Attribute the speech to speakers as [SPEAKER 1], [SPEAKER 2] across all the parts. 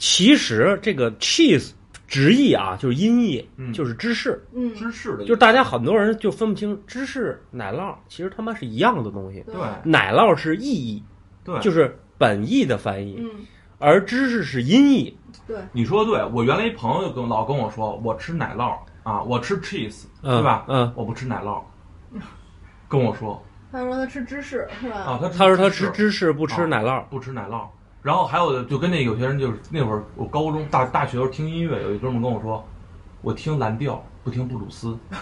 [SPEAKER 1] 其实这个 cheese 直译啊，就是音译，
[SPEAKER 2] 嗯
[SPEAKER 1] 就是芝士。
[SPEAKER 3] 嗯，
[SPEAKER 2] 芝士的，
[SPEAKER 1] 就是大家很多人就分不清芝士、奶酪，其实他妈是一样的东西。
[SPEAKER 3] 对
[SPEAKER 2] 对
[SPEAKER 1] 奶酪是意译，
[SPEAKER 2] 对，
[SPEAKER 1] 就是本意的翻译，
[SPEAKER 3] 嗯，
[SPEAKER 1] 而芝士是音译。
[SPEAKER 3] 对，
[SPEAKER 2] 你说的对，我原来一朋友就跟老跟我说，我吃奶酪啊，我吃 cheese，
[SPEAKER 1] 嗯
[SPEAKER 2] 对吧？
[SPEAKER 1] 嗯
[SPEAKER 2] 我不吃奶酪，跟我说
[SPEAKER 3] 他说他吃芝士是吧？
[SPEAKER 2] 啊，他
[SPEAKER 1] 嗯他说他吃
[SPEAKER 2] 芝士
[SPEAKER 1] 芝士不吃奶酪，
[SPEAKER 2] 不吃奶酪。然后还有的就跟那有些人就是那会儿我高中大大学时候听音乐，有一哥们跟我说，我听蓝调不听布鲁斯啊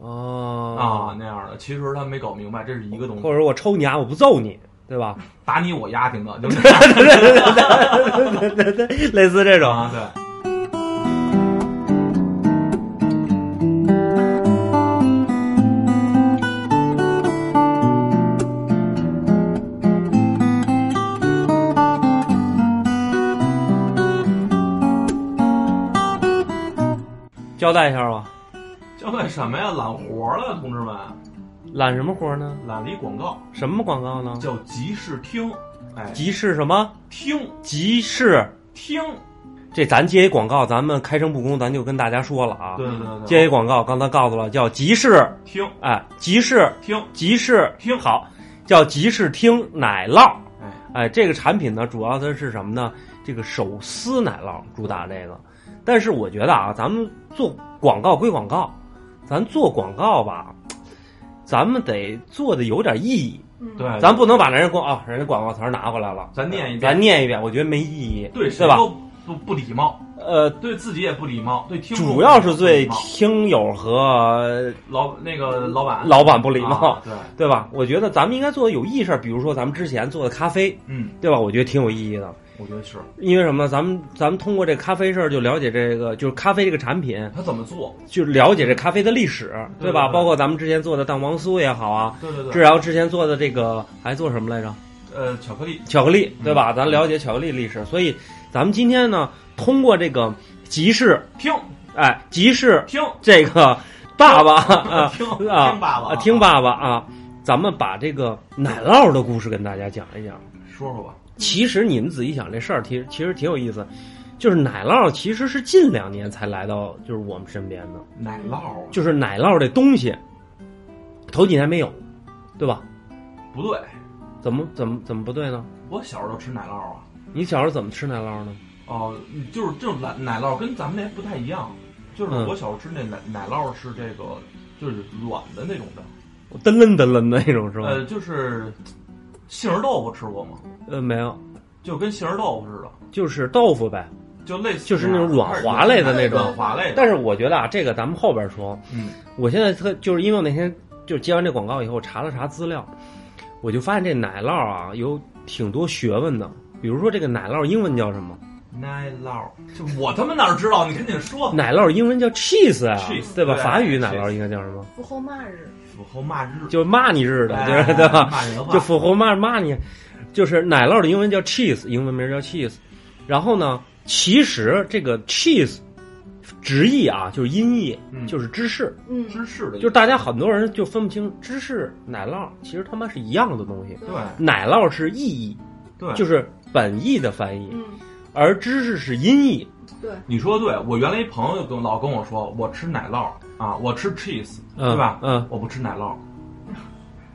[SPEAKER 1] 哦
[SPEAKER 2] 那样的。其实他没搞明白这是一个东西
[SPEAKER 1] 或，者我抽你丫，我不揍你，对吧？
[SPEAKER 2] 打你我丫挺的，就是这样
[SPEAKER 1] 类似这种。
[SPEAKER 2] 啊对。
[SPEAKER 1] 交代一下吧，
[SPEAKER 2] 交代什么呀？揽活了，同志们，
[SPEAKER 1] 揽什么活呢？
[SPEAKER 2] 揽了一广告
[SPEAKER 1] 什么广告呢？
[SPEAKER 2] 叫集市厅，哎，
[SPEAKER 1] 集市什么？
[SPEAKER 2] 听
[SPEAKER 1] 集市。
[SPEAKER 2] 听，
[SPEAKER 1] 这咱接一广告，咱们开诚布公，咱就跟大家说了啊。
[SPEAKER 2] 对对对，
[SPEAKER 1] 接一广告，刚才告诉了，叫集市，
[SPEAKER 2] 听
[SPEAKER 1] 哎，集市，
[SPEAKER 2] 听，
[SPEAKER 1] 集市
[SPEAKER 2] 听
[SPEAKER 1] 好，叫集市听奶酪。
[SPEAKER 2] 哎，
[SPEAKER 1] 哎，这个产品呢，主要的是什么呢？这个手撕奶酪主打这个。但是我觉得啊，咱们做广告归广告，咱做广告吧，咱们得做的有点意义。
[SPEAKER 3] 嗯，
[SPEAKER 2] 对，
[SPEAKER 1] 咱不能把人家广啊、人家广告词儿拿回来了，
[SPEAKER 2] 哎咱念一遍
[SPEAKER 1] 咱念一遍，我觉得没意义，
[SPEAKER 2] 对
[SPEAKER 1] 对
[SPEAKER 2] 谁
[SPEAKER 1] 吧？
[SPEAKER 2] 都不不礼貌，
[SPEAKER 1] 呃，
[SPEAKER 2] 对自己也不礼貌，对听众
[SPEAKER 1] 主要是对
[SPEAKER 2] 也不礼貌
[SPEAKER 1] 听友和
[SPEAKER 2] 老那个老板
[SPEAKER 1] 嗯老板不礼貌
[SPEAKER 2] 啊，对，
[SPEAKER 1] 对吧？我觉得咱们应该做的有意义事儿，比如说咱们之前做的咖啡，
[SPEAKER 2] 嗯，
[SPEAKER 1] 对吧？我觉得挺有意义的，
[SPEAKER 2] 我觉得是
[SPEAKER 1] 因为什么呢？咱们咱们通过这咖啡事儿就了解这个，就是咖啡这个产品，
[SPEAKER 2] 他怎么做？
[SPEAKER 1] 就是了解这咖啡的历史，
[SPEAKER 2] 对
[SPEAKER 1] 吧？
[SPEAKER 2] 对对
[SPEAKER 1] 包括咱们之前做的蛋黄酥也好啊，
[SPEAKER 2] 对对
[SPEAKER 1] 这
[SPEAKER 2] 对，
[SPEAKER 1] 然后之前做的这个还做什么来着？
[SPEAKER 2] 呃，巧克力，
[SPEAKER 1] 巧克力，对
[SPEAKER 2] 嗯
[SPEAKER 1] 吧？咱了解巧克力历史，所以咱们今天呢，通过这个集市，
[SPEAKER 2] 听
[SPEAKER 1] 哎，集市
[SPEAKER 2] 听
[SPEAKER 1] 这个爸爸 啊。
[SPEAKER 2] 听
[SPEAKER 1] 啊
[SPEAKER 2] 听爸爸
[SPEAKER 1] 啊，听，爸爸啊，咱们把这个奶酪的故事跟大家讲一讲。
[SPEAKER 2] 啊说说吧，
[SPEAKER 1] 其实你们仔细想这事儿，其实其实挺有意思，就是奶酪其实是近两年才来到就是我们身边的，
[SPEAKER 2] 奶酪啊
[SPEAKER 1] 就是奶酪这东西，头几年没有，对吧？
[SPEAKER 2] 不对，
[SPEAKER 1] 怎么怎么怎么不对呢？
[SPEAKER 2] 我小时候吃奶酪啊，
[SPEAKER 1] 你小时候怎么吃奶酪呢？
[SPEAKER 2] 哦，就是这种奶奶酪跟咱们那不太一样，就是
[SPEAKER 1] 嗯
[SPEAKER 2] 我小时候吃那奶奶酪是这个就是软的那种的，
[SPEAKER 1] 我噔楞噔楞的那种是吧？
[SPEAKER 2] 呃，就是杏仁豆腐吃过吗？
[SPEAKER 1] 呃，没有，
[SPEAKER 2] 就跟杏仁豆腐似的。
[SPEAKER 1] 就是豆腐呗。
[SPEAKER 2] 就类似
[SPEAKER 1] 就是那种软滑类的那种
[SPEAKER 2] 软滑类的。
[SPEAKER 1] 但是我觉得啊，这个咱们后边说。
[SPEAKER 2] 嗯，
[SPEAKER 1] 我现在特就是因为我那天就是接完这广告以后查了查资料，我就发现这奶酪啊有挺多学问的。比如说这个奶酪英文叫什么？
[SPEAKER 2] 奶酪，就我他妈哪知道？你赶紧说。
[SPEAKER 1] 奶酪英文叫 cheese 啊
[SPEAKER 2] Cheese，
[SPEAKER 1] 对吧？
[SPEAKER 2] 对
[SPEAKER 1] 法语奶酪应该叫什么？
[SPEAKER 3] 不后骂日，
[SPEAKER 2] 符合骂日，
[SPEAKER 1] 就是骂你日的，就
[SPEAKER 2] 哎
[SPEAKER 1] 是对吧？
[SPEAKER 2] 骂人话，
[SPEAKER 1] 就符合骂骂你，就是奶酪的英文叫 cheese，英文名叫 cheese。然后呢，其实这个 cheese 直译啊，就是音译，
[SPEAKER 2] 嗯
[SPEAKER 1] 就是芝士。
[SPEAKER 3] 嗯，
[SPEAKER 2] 芝士的意思，
[SPEAKER 1] 就是大家很多人就分不清芝士、奶酪，其实他妈是一样的东西。
[SPEAKER 2] 对
[SPEAKER 1] 奶酪是意译，
[SPEAKER 2] 对，
[SPEAKER 1] 就是是本意的翻译，
[SPEAKER 3] 嗯，
[SPEAKER 1] 而芝士是音译。
[SPEAKER 3] 对，
[SPEAKER 2] 你说的对。我原来一朋友跟老跟我说，我吃奶酪啊，我吃 cheese，
[SPEAKER 1] 嗯
[SPEAKER 2] 对吧？
[SPEAKER 1] 嗯，
[SPEAKER 2] 我不吃奶酪。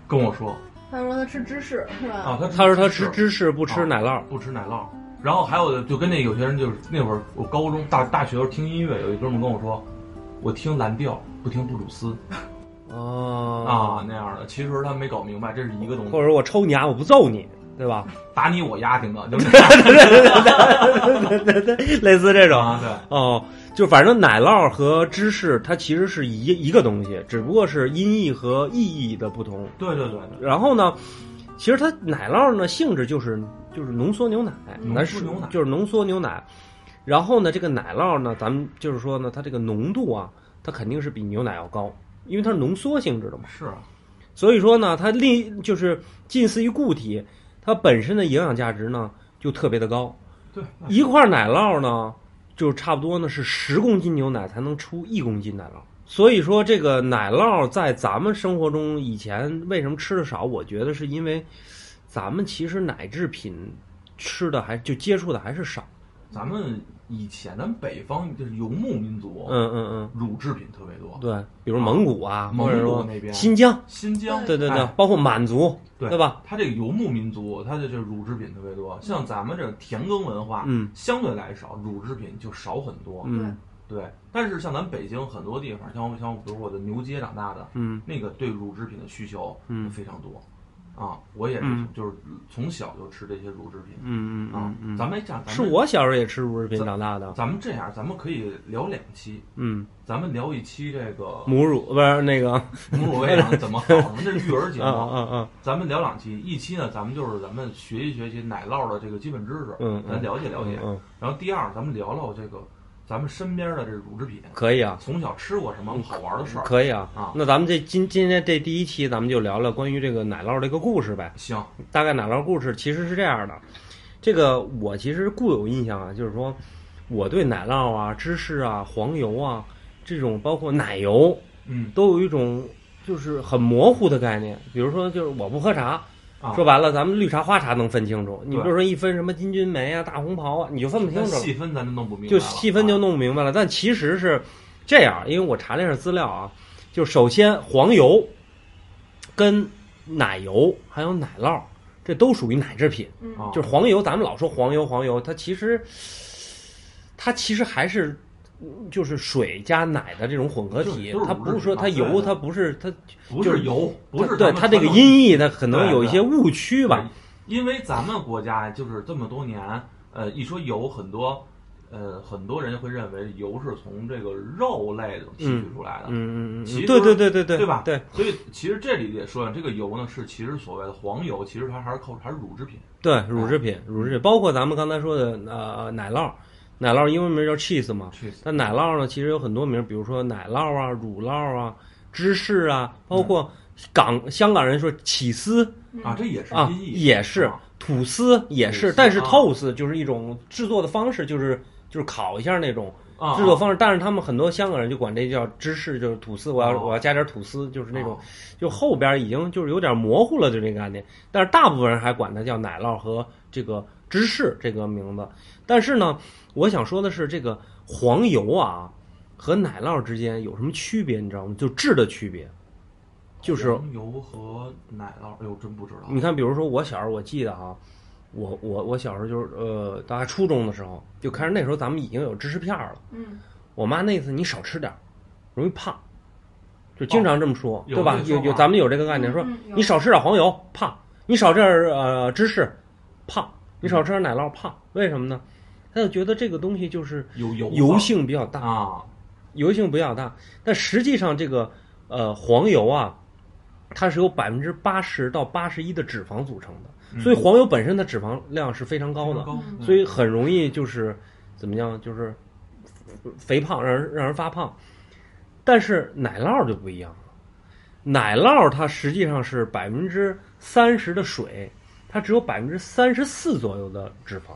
[SPEAKER 2] 跟我说
[SPEAKER 3] 他说他吃芝士是吧？
[SPEAKER 2] 啊，
[SPEAKER 1] 嗯他说他吃
[SPEAKER 2] 芝士
[SPEAKER 1] 芝士不吃奶酪，
[SPEAKER 2] 不吃奶酪。然后还有的就跟那有些人就是那会儿我高中大大学时候听音乐，有一哥们跟我说，我听蓝调不听布鲁斯
[SPEAKER 1] 哦
[SPEAKER 2] 啊那样的。其实他没搞明白这是一个东西，
[SPEAKER 1] 或者我抽你啊，我不揍你，对吧？
[SPEAKER 2] 打你我丫挺的，就是
[SPEAKER 1] 类似这种
[SPEAKER 2] 啊对
[SPEAKER 1] 哦，就反正奶酪和芝士它其实是一一个东西，只不过是音译和意义的不同。
[SPEAKER 2] 对对对对，
[SPEAKER 1] 然后呢，其实它奶酪呢性质就是就是浓缩牛奶，
[SPEAKER 2] 浓缩
[SPEAKER 1] 咱是
[SPEAKER 2] 牛奶
[SPEAKER 1] 就是浓缩牛奶。然后呢，这个奶酪呢，咱们就是说呢，它这个浓度啊，它肯定是比牛奶要高，因为它是浓缩性质的嘛。
[SPEAKER 2] 是啊
[SPEAKER 1] 所以说呢，它另就是近似于固体，它本身的营养价值呢就特别的高。
[SPEAKER 2] 对
[SPEAKER 1] 一块奶酪呢，就差不多呢是十公斤牛奶才能出一公斤奶酪。所以说，这个奶酪在咱们生活中以前为什么吃的少？我觉得是因为咱们其实奶制品吃的还就接触的还是少，啊
[SPEAKER 2] 咱们以前咱们北方就是游牧民族，
[SPEAKER 1] 嗯嗯
[SPEAKER 2] 乳制品特别多
[SPEAKER 1] 嗯，，对，比如蒙古啊，
[SPEAKER 2] 蒙
[SPEAKER 1] 或者
[SPEAKER 2] 古
[SPEAKER 1] 说
[SPEAKER 2] 那边
[SPEAKER 1] 新疆，
[SPEAKER 2] 新疆，
[SPEAKER 1] 对对对
[SPEAKER 2] 哎，
[SPEAKER 1] 包括满族，
[SPEAKER 2] 对
[SPEAKER 1] 对吧？
[SPEAKER 2] 它这个游牧民族，它的这乳制品特别多，像咱们这田耕文化，
[SPEAKER 1] 嗯
[SPEAKER 2] 相对来少，乳制品就少很多，
[SPEAKER 1] 嗯
[SPEAKER 2] 对。但是像咱们北京很多地方，像我像比如我的牛街长大的，
[SPEAKER 1] 嗯
[SPEAKER 2] 那个对乳制品的需求
[SPEAKER 1] 嗯
[SPEAKER 2] 非常多，啊，我也是
[SPEAKER 1] 嗯
[SPEAKER 2] 就是从小就吃这些乳制品
[SPEAKER 1] 嗯嗯
[SPEAKER 2] 啊
[SPEAKER 1] 嗯，嗯，
[SPEAKER 2] 咱们这样，咱
[SPEAKER 1] 是
[SPEAKER 2] 们
[SPEAKER 1] 我小时候也吃乳制品长大的，
[SPEAKER 2] 咱们这样，咱们可以聊两期，
[SPEAKER 1] 嗯，
[SPEAKER 2] 咱们聊一期这个
[SPEAKER 1] 母乳不是那个，
[SPEAKER 2] 母乳喂 养怎么好，咱们这是育儿节
[SPEAKER 1] 啊啊
[SPEAKER 2] 目，
[SPEAKER 1] 啊啊，
[SPEAKER 2] 咱们聊两期，一期呢咱们就是咱们学习学习奶酪的这个基本知识，
[SPEAKER 1] 嗯
[SPEAKER 2] 咱
[SPEAKER 1] 嗯
[SPEAKER 2] 了解了解
[SPEAKER 1] 嗯，嗯，
[SPEAKER 2] 然后第二咱们聊聊这个咱们身边的这乳制品，
[SPEAKER 1] 可以啊，
[SPEAKER 2] 从小吃过什么好玩的事儿，
[SPEAKER 1] 可以啊。
[SPEAKER 2] 啊
[SPEAKER 1] 那咱们这今今天这第一期，咱们就聊聊关于这个奶酪这个故事呗。
[SPEAKER 2] 行，
[SPEAKER 1] 大概奶酪故事其实是这样的，这个我其实固有印象啊，就是说我对奶酪啊、芝士啊、黄油啊这种包括奶油
[SPEAKER 2] 嗯
[SPEAKER 1] 都有一种就是很模糊的概念。比如说，就是我不喝茶，
[SPEAKER 2] 啊，
[SPEAKER 1] 说白了，咱们绿茶花茶能分清楚。你
[SPEAKER 2] 对
[SPEAKER 1] 比如说一分什么金骏眉啊、大红袍啊，你就分不清
[SPEAKER 2] 但
[SPEAKER 1] 楚了。
[SPEAKER 2] 细分咱就弄不明白
[SPEAKER 1] 就
[SPEAKER 2] 了，
[SPEAKER 1] 细分就弄不明白了。但其实是这样，因为我查了一下资料啊，就首先黄油、跟奶油还有奶酪，这都属于奶制品。
[SPEAKER 3] 嗯
[SPEAKER 2] 啊
[SPEAKER 1] 就是黄油，咱们老说黄油，黄油，它其实它其实还是。嗯就是水加奶的这种混合体，
[SPEAKER 2] 就是就是
[SPEAKER 1] 它不是说它
[SPEAKER 2] 乳制品
[SPEAKER 1] 油，
[SPEAKER 2] 嘛
[SPEAKER 1] 它不是它，
[SPEAKER 2] 啊不
[SPEAKER 1] 就是
[SPEAKER 2] 油，不是
[SPEAKER 1] 对
[SPEAKER 2] 咱们
[SPEAKER 1] 它这个
[SPEAKER 2] 传统
[SPEAKER 1] 音译，它可能
[SPEAKER 2] 对
[SPEAKER 1] 有一
[SPEAKER 2] 对
[SPEAKER 1] 些误区吧。
[SPEAKER 2] 因为咱们国家就是这么多年，呃，一说油，很多呃很多人会认为油是从这个肉类中提取出来的，
[SPEAKER 1] 嗯嗯嗯嗯，
[SPEAKER 2] 其实
[SPEAKER 1] 对对对对对，
[SPEAKER 2] 对吧
[SPEAKER 1] 对
[SPEAKER 2] 所以其实这里也说了，这个油呢是其实所谓的黄油，其实它还是靠还是乳制品。
[SPEAKER 1] 对，乳
[SPEAKER 2] 啊
[SPEAKER 1] 制品，乳制品包括咱们刚才说的呃奶酪，奶酪英文名叫 cheese 嘛，
[SPEAKER 2] 去
[SPEAKER 1] 但奶酪呢其实有很多名，比如说奶酪啊、乳酪啊、芝士啊，
[SPEAKER 2] 嗯
[SPEAKER 1] 包括港、香港人说起司
[SPEAKER 3] 嗯
[SPEAKER 2] 啊，这也是
[SPEAKER 1] 啊
[SPEAKER 2] 音译，
[SPEAKER 1] 也是，
[SPEAKER 2] 啊
[SPEAKER 1] 吐司也
[SPEAKER 2] 吐
[SPEAKER 1] 是，
[SPEAKER 2] 司
[SPEAKER 1] 但是
[SPEAKER 2] 啊
[SPEAKER 1] toast 就是一种制作的方式，就是就是烤一下那种
[SPEAKER 2] 啊
[SPEAKER 1] 制作方式，但是他们很多香港人就管这叫芝士，就是吐司，我要
[SPEAKER 2] 哦
[SPEAKER 1] 我要加点吐司，就是那种
[SPEAKER 2] 啊
[SPEAKER 1] 就后边已经就是有点模糊了，就这个概念。但是大部分人还管它叫奶酪和这个芝士这个名字。但是呢，我想说的是，这个黄油啊和奶酪之间有什么区别？你知道吗？就质的区别。就是
[SPEAKER 2] 黄油和奶酪，哎呦，真不知道。
[SPEAKER 1] 你看，比如说我小时候，我记得哈、我我我小时候就是呃，大概初中的时候就开始，那时候咱们已经有芝士片儿了。
[SPEAKER 3] 嗯
[SPEAKER 1] 我妈那次你少吃点儿，容易胖，就经常这么说，
[SPEAKER 2] 有
[SPEAKER 1] 对吧
[SPEAKER 2] 这？说
[SPEAKER 1] 有
[SPEAKER 2] 法
[SPEAKER 1] 有，咱们有这个概念，
[SPEAKER 3] 嗯
[SPEAKER 1] 说
[SPEAKER 3] 嗯有
[SPEAKER 1] 你少吃点黄油胖，你少吃点儿呃芝士胖，你少吃点奶酪胖，为什么呢？他就觉得这个东西就是
[SPEAKER 2] 有油
[SPEAKER 1] 油
[SPEAKER 2] 吧
[SPEAKER 1] 性比较大，
[SPEAKER 2] 啊，
[SPEAKER 1] 油性比较大，但实际上这个呃黄油啊，它是由百分之八十到八十一的脂肪组成的，
[SPEAKER 2] 嗯
[SPEAKER 1] 所以黄油本身的脂肪量是非常高的
[SPEAKER 2] 非常，高
[SPEAKER 3] 嗯
[SPEAKER 1] 所以很容易就是怎么样，就是肥胖，让人让人发胖。但是奶酪就不一样了，奶酪它实际上是百分之三十的水，它只有百分之三十四左右的脂肪，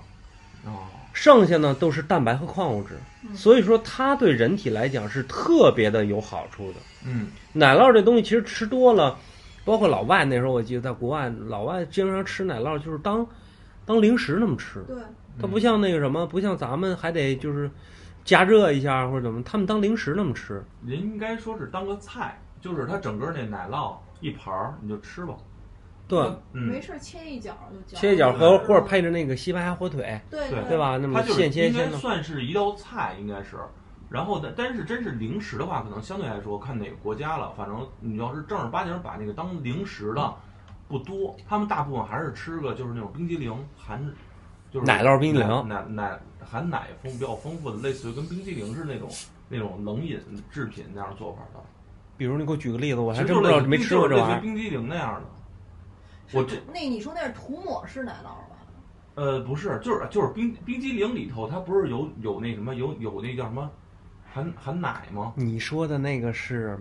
[SPEAKER 1] 哦
[SPEAKER 2] 啊，
[SPEAKER 1] 剩下呢都是蛋白和矿物质。
[SPEAKER 3] 嗯
[SPEAKER 1] 所以说它对人体来讲是特别的有好处的。
[SPEAKER 2] 嗯，
[SPEAKER 1] 奶酪这东西其实吃多了，包括老外那时候我记得在国外，老外经常吃奶酪就是当当零食那么吃。
[SPEAKER 3] 对，
[SPEAKER 1] 它
[SPEAKER 2] 嗯
[SPEAKER 1] 不像那个什么，不像咱们还得就是加热一下或者怎么，他们当零食那么吃。
[SPEAKER 2] 您应该说是当个菜，就是它整个那奶酪一盘儿你就吃吧。
[SPEAKER 1] 对，
[SPEAKER 2] 嗯
[SPEAKER 3] 没，事儿切一角就嚼，
[SPEAKER 1] 切一角
[SPEAKER 2] 和
[SPEAKER 1] 或或者配着那个西班牙火腿，
[SPEAKER 3] 对
[SPEAKER 2] 对
[SPEAKER 1] 对？吧？那
[SPEAKER 2] 它
[SPEAKER 1] 么
[SPEAKER 2] 就是
[SPEAKER 1] 现切
[SPEAKER 2] 应该
[SPEAKER 1] 现弄。
[SPEAKER 2] 算是一道菜，应该是。然后呢，但是真是零食的话，可能相对来说看哪个国家了。反正你要是正儿八经把那个当零食的不多，他们大部分还是吃个就是那种冰激凌，含就是
[SPEAKER 1] 奶酪冰激凌
[SPEAKER 2] 奶奶含奶丰比较丰富的，类似于跟冰激凌是那种那种冷饮制品那样做法的。
[SPEAKER 1] 比如你给我举个例子，我
[SPEAKER 2] 我
[SPEAKER 1] 还真不知道，没吃过这玩意儿。
[SPEAKER 2] 冰激凌那样的。
[SPEAKER 3] 是
[SPEAKER 2] 我这
[SPEAKER 3] 那你说那是涂抹式奶酪吧？
[SPEAKER 2] 呃，不是，就是就是冰冰激凌里头，它不是有有那什么有有那叫什么含含奶吗？
[SPEAKER 1] 你说的那个是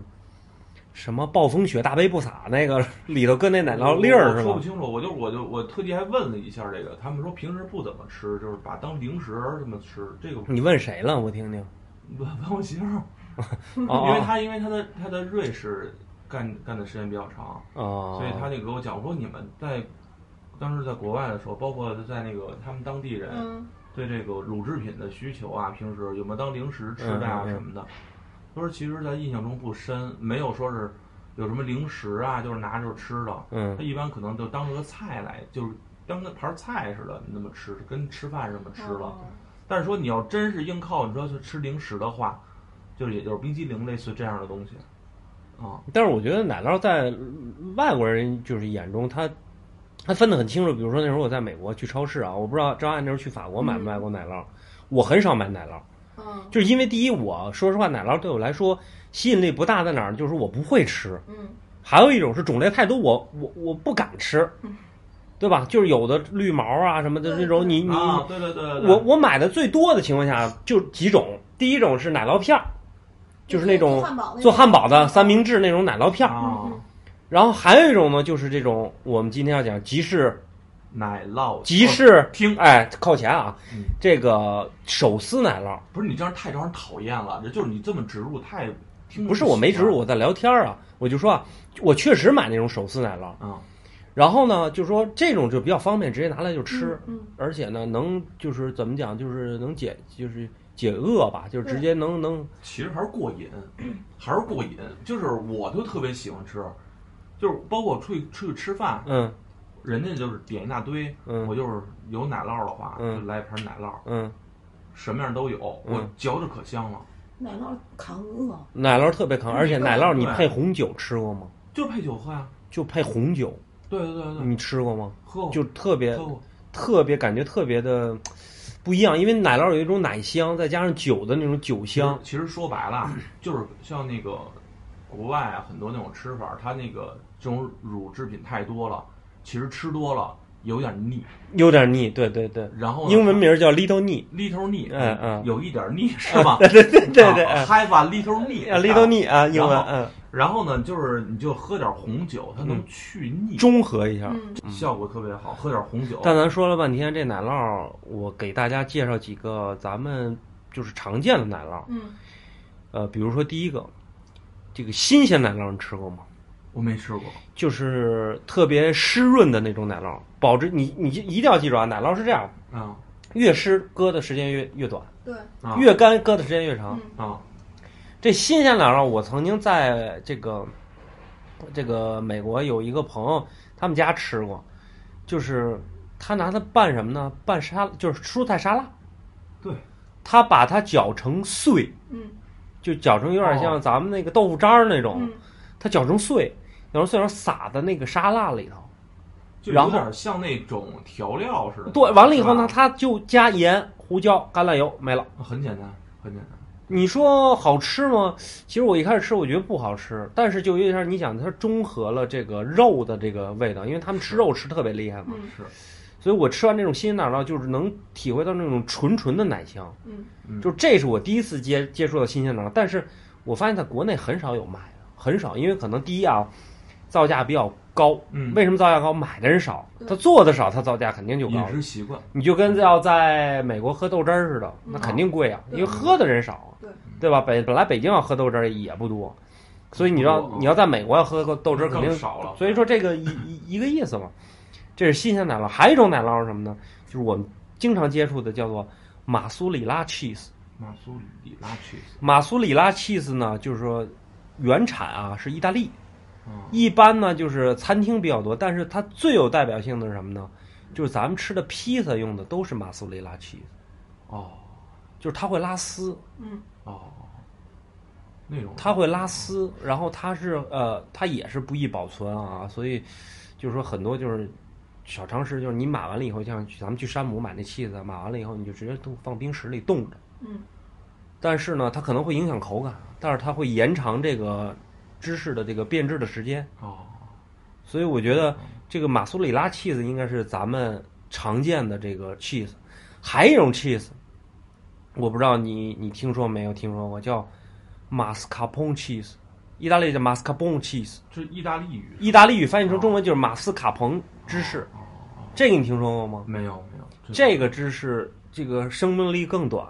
[SPEAKER 1] 什么？暴风雪大杯不洒那个里头搁那奶酪粒
[SPEAKER 2] 我
[SPEAKER 1] 儿
[SPEAKER 2] 我
[SPEAKER 1] 是
[SPEAKER 2] 说不
[SPEAKER 1] 吧？
[SPEAKER 2] 清楚，我就我就我特地还问了一下这个，他们说平时不怎么吃，就是把当零食这么吃。这个
[SPEAKER 1] 你问谁了？我听听。
[SPEAKER 2] 问问我媳妇儿，
[SPEAKER 1] 嗯
[SPEAKER 2] 因为
[SPEAKER 1] 哦
[SPEAKER 2] 她因为她在她在瑞士干干的时间比较长，
[SPEAKER 1] 哦哦，
[SPEAKER 2] 所以她就给我讲，我说你们在当时在国外的时候，包括在那个他们当地人，
[SPEAKER 3] 嗯，
[SPEAKER 2] 对这个乳制品的需求啊，平时有没有当零食吃的啊
[SPEAKER 1] 嗯嗯嗯
[SPEAKER 2] 什么的？他说其实咱印象中不深，没有说是有什么零食啊，就是拿着吃的。
[SPEAKER 1] 嗯
[SPEAKER 2] 他一般可能就当成个菜来，就是当个盘菜似的那么吃，跟吃饭那么吃了。
[SPEAKER 3] 哦
[SPEAKER 2] 但是说你要真是硬靠你说去吃零食的话，就是也就是冰激凌类似这样的东西，啊、
[SPEAKER 1] 但是我觉得奶酪在外国人就是眼中，他他分得很清楚。比如说那时候我在美国去超市啊，我不知道张安那时候去法国买不买过奶酪，我很少买奶酪，
[SPEAKER 3] 嗯
[SPEAKER 1] 就是因为第一，我说实话，奶酪对我来说吸引力不大，在哪儿？就是我不会吃。
[SPEAKER 3] 嗯
[SPEAKER 1] 还有一种是种类太多，我我我不敢吃
[SPEAKER 3] 嗯，
[SPEAKER 1] 对吧？就是有的绿毛啊什么的
[SPEAKER 3] 对
[SPEAKER 1] 那种，
[SPEAKER 3] 对
[SPEAKER 1] 你你
[SPEAKER 2] 啊，对对对对对，
[SPEAKER 1] 我我买的最多的情况下就几种，第一种是奶酪片儿，就是那种
[SPEAKER 3] 做汉堡那种
[SPEAKER 1] 做汉堡的三明治那种奶酪片儿，
[SPEAKER 2] 啊
[SPEAKER 3] 嗯
[SPEAKER 1] 然后还有一种呢，就是这种我们今天要讲集市，
[SPEAKER 2] 奶酪哦
[SPEAKER 1] 集市，
[SPEAKER 2] 听，
[SPEAKER 1] 哎，靠前啊
[SPEAKER 2] 嗯，
[SPEAKER 1] 这个手撕奶酪，
[SPEAKER 2] 不是你这样太让人讨厌了，这就是你这么植入太听着
[SPEAKER 1] 不是我没
[SPEAKER 2] 喜
[SPEAKER 1] 植
[SPEAKER 2] 欢
[SPEAKER 1] 入，我在聊天儿啊，我就说啊，我确实买那种手撕奶酪，
[SPEAKER 2] 啊，
[SPEAKER 1] 然后呢，就说这种就比较方便，直接拿来就吃，
[SPEAKER 3] 嗯
[SPEAKER 1] 而且呢，能就是怎么讲，就是能解就是解饿吧，就是直接能能
[SPEAKER 2] 其实还是过瘾，还是过瘾，就是我就特别喜欢吃，就是包括出去出去吃饭，
[SPEAKER 1] 嗯
[SPEAKER 2] 人家就是点一大堆，
[SPEAKER 1] 嗯
[SPEAKER 2] 我就是有奶酪的话，
[SPEAKER 1] 嗯
[SPEAKER 2] 就来一盘奶酪，
[SPEAKER 1] 嗯，
[SPEAKER 2] 什么样都有，我
[SPEAKER 1] 嗯
[SPEAKER 2] 嚼着可香了，
[SPEAKER 3] 奶酪扛饿，
[SPEAKER 1] 奶酪特别扛，而且奶酪你
[SPEAKER 2] 对
[SPEAKER 1] 配红酒吃过吗？
[SPEAKER 2] 就配酒喝呀，
[SPEAKER 1] 就配红酒，
[SPEAKER 2] 对对对对，
[SPEAKER 1] 你吃过吗？
[SPEAKER 2] 喝过
[SPEAKER 1] 就特别
[SPEAKER 2] 喝过，
[SPEAKER 1] 特别感觉特别的不一样，因为奶酪有一种奶香，再加上酒的那种酒香。嗯
[SPEAKER 2] 其实说白了，啊 就是像那个国外啊，很多那种吃法，它那个这种乳制品太多了，其实吃多了有点腻。
[SPEAKER 1] 有点腻，对对对，
[SPEAKER 2] 然后呢
[SPEAKER 1] 英文名叫 Little 腻
[SPEAKER 2] little 腻，
[SPEAKER 1] 嗯嗯
[SPEAKER 2] 有一点腻是吧？
[SPEAKER 1] 对对对对对
[SPEAKER 2] 啊，have a little 腻
[SPEAKER 1] 啊，Little 腻啊，英文
[SPEAKER 2] 然后
[SPEAKER 1] 嗯，
[SPEAKER 2] 然后呢，就是你就喝点红酒，它能去腻，
[SPEAKER 1] 中和一下。
[SPEAKER 3] 嗯
[SPEAKER 2] 效果特别好。喝点红酒，
[SPEAKER 1] 但咱说了半天这奶酪，我给大家介绍几个咱们就是常见的奶酪，
[SPEAKER 3] 嗯，
[SPEAKER 1] 呃，比如说第一个，这个新鲜奶酪你吃过吗？
[SPEAKER 2] 我没吃过，
[SPEAKER 1] 就是特别湿润的那种奶酪，保证你你一定要记住啊，奶酪是这样，
[SPEAKER 2] 啊
[SPEAKER 1] 越湿搁的时间越越短，
[SPEAKER 3] 对，
[SPEAKER 2] 啊
[SPEAKER 1] 越干搁的时间越长。
[SPEAKER 3] 嗯
[SPEAKER 2] 啊
[SPEAKER 1] 这新鲜奶酪，我曾经在这个这个美国有一个朋友他们家吃过，就是他拿它拌什么呢？拌沙就是蔬菜沙拉，
[SPEAKER 2] 对，
[SPEAKER 1] 他把它搅成碎，
[SPEAKER 3] 嗯
[SPEAKER 1] 就搅成有点
[SPEAKER 2] 哦
[SPEAKER 1] 像咱们那个豆腐渣儿那种，
[SPEAKER 3] 嗯
[SPEAKER 1] 他搅成碎，搅成碎然后撒在那个沙拉里头。
[SPEAKER 2] 就
[SPEAKER 1] 然
[SPEAKER 2] 有
[SPEAKER 1] 后
[SPEAKER 2] 点像那种调料似的。
[SPEAKER 1] 对，完了以后呢，
[SPEAKER 2] 是吧
[SPEAKER 1] 他就加盐、胡椒、橄榄油，没了。
[SPEAKER 2] 很简单，很简单。
[SPEAKER 1] 你说好吃吗？其实我一开始吃，我觉得不好吃，但是就有点像你讲的，它中和了这个肉的这个味道，因为他们吃肉吃特别厉害嘛，
[SPEAKER 3] 嗯
[SPEAKER 2] 是，
[SPEAKER 1] 所以我吃完这种新鲜奶酪，就是能体会到那种纯纯的奶香，
[SPEAKER 3] 嗯
[SPEAKER 2] 嗯
[SPEAKER 1] 就这是我第一次接接触到新鲜奶酪，但是我发现在国内很少有卖的，很少，因为可能第一啊，造价比较高，
[SPEAKER 2] 嗯，
[SPEAKER 1] 为什么造价高？买的人少，
[SPEAKER 3] 对
[SPEAKER 1] 他做的少，他造价肯定就高
[SPEAKER 2] 饮
[SPEAKER 1] 了。
[SPEAKER 2] 食习惯，
[SPEAKER 1] 你就跟要在美国喝豆汁儿似的，那
[SPEAKER 3] 嗯
[SPEAKER 1] 肯定贵啊，
[SPEAKER 3] 对
[SPEAKER 1] 因为喝的人少啊，
[SPEAKER 3] 对
[SPEAKER 1] 对吧？北本来北京要喝豆汁儿也不多，所以你要
[SPEAKER 2] 不多啊
[SPEAKER 1] 你要在美国要喝个豆汁儿肯
[SPEAKER 2] 更
[SPEAKER 1] 定
[SPEAKER 2] 少了
[SPEAKER 1] 所以说这个一一一个意思嘛，这是新鲜奶酪。还有一种奶酪是什么呢？就是我们经常接触的叫做马苏里拉 cheese。
[SPEAKER 2] 马苏里拉 cheese，
[SPEAKER 1] 马苏里拉 cheese 呢，就是说原产啊是意大利，
[SPEAKER 2] 嗯
[SPEAKER 1] 一般呢就是餐厅比较多，但是它最有代表性的是什么呢？就是咱们吃的披萨用的都是马苏里拉 cheese。
[SPEAKER 2] 哦
[SPEAKER 1] 就是它会拉丝，
[SPEAKER 3] 嗯
[SPEAKER 2] 哦，那种
[SPEAKER 1] 它会拉丝，然后它是呃，它也是不易保存啊，所以就是说很多就是小常识，就是你买完了以后，像咱们去山姆买那气子，买完了以后你就直接都放冰室里冻着，
[SPEAKER 3] 嗯
[SPEAKER 1] 但是呢，它可能会影响口感，但是它会延长这个芝士的这个变质的时间，
[SPEAKER 2] 哦，
[SPEAKER 1] 所以我觉得这个马苏里拉 cheese 应该是咱们常见的这个 cheese，还有一种 cheese，我不知道你你听说没有听说过，叫马斯卡彭 cheese，意大利叫马斯卡彭 cheese，
[SPEAKER 2] 这意大利语哦
[SPEAKER 1] 意大利语翻译成中文就是马斯卡彭芝士，这个你听说过吗？
[SPEAKER 2] 没有没有
[SPEAKER 1] 这个芝士这个生命力更短。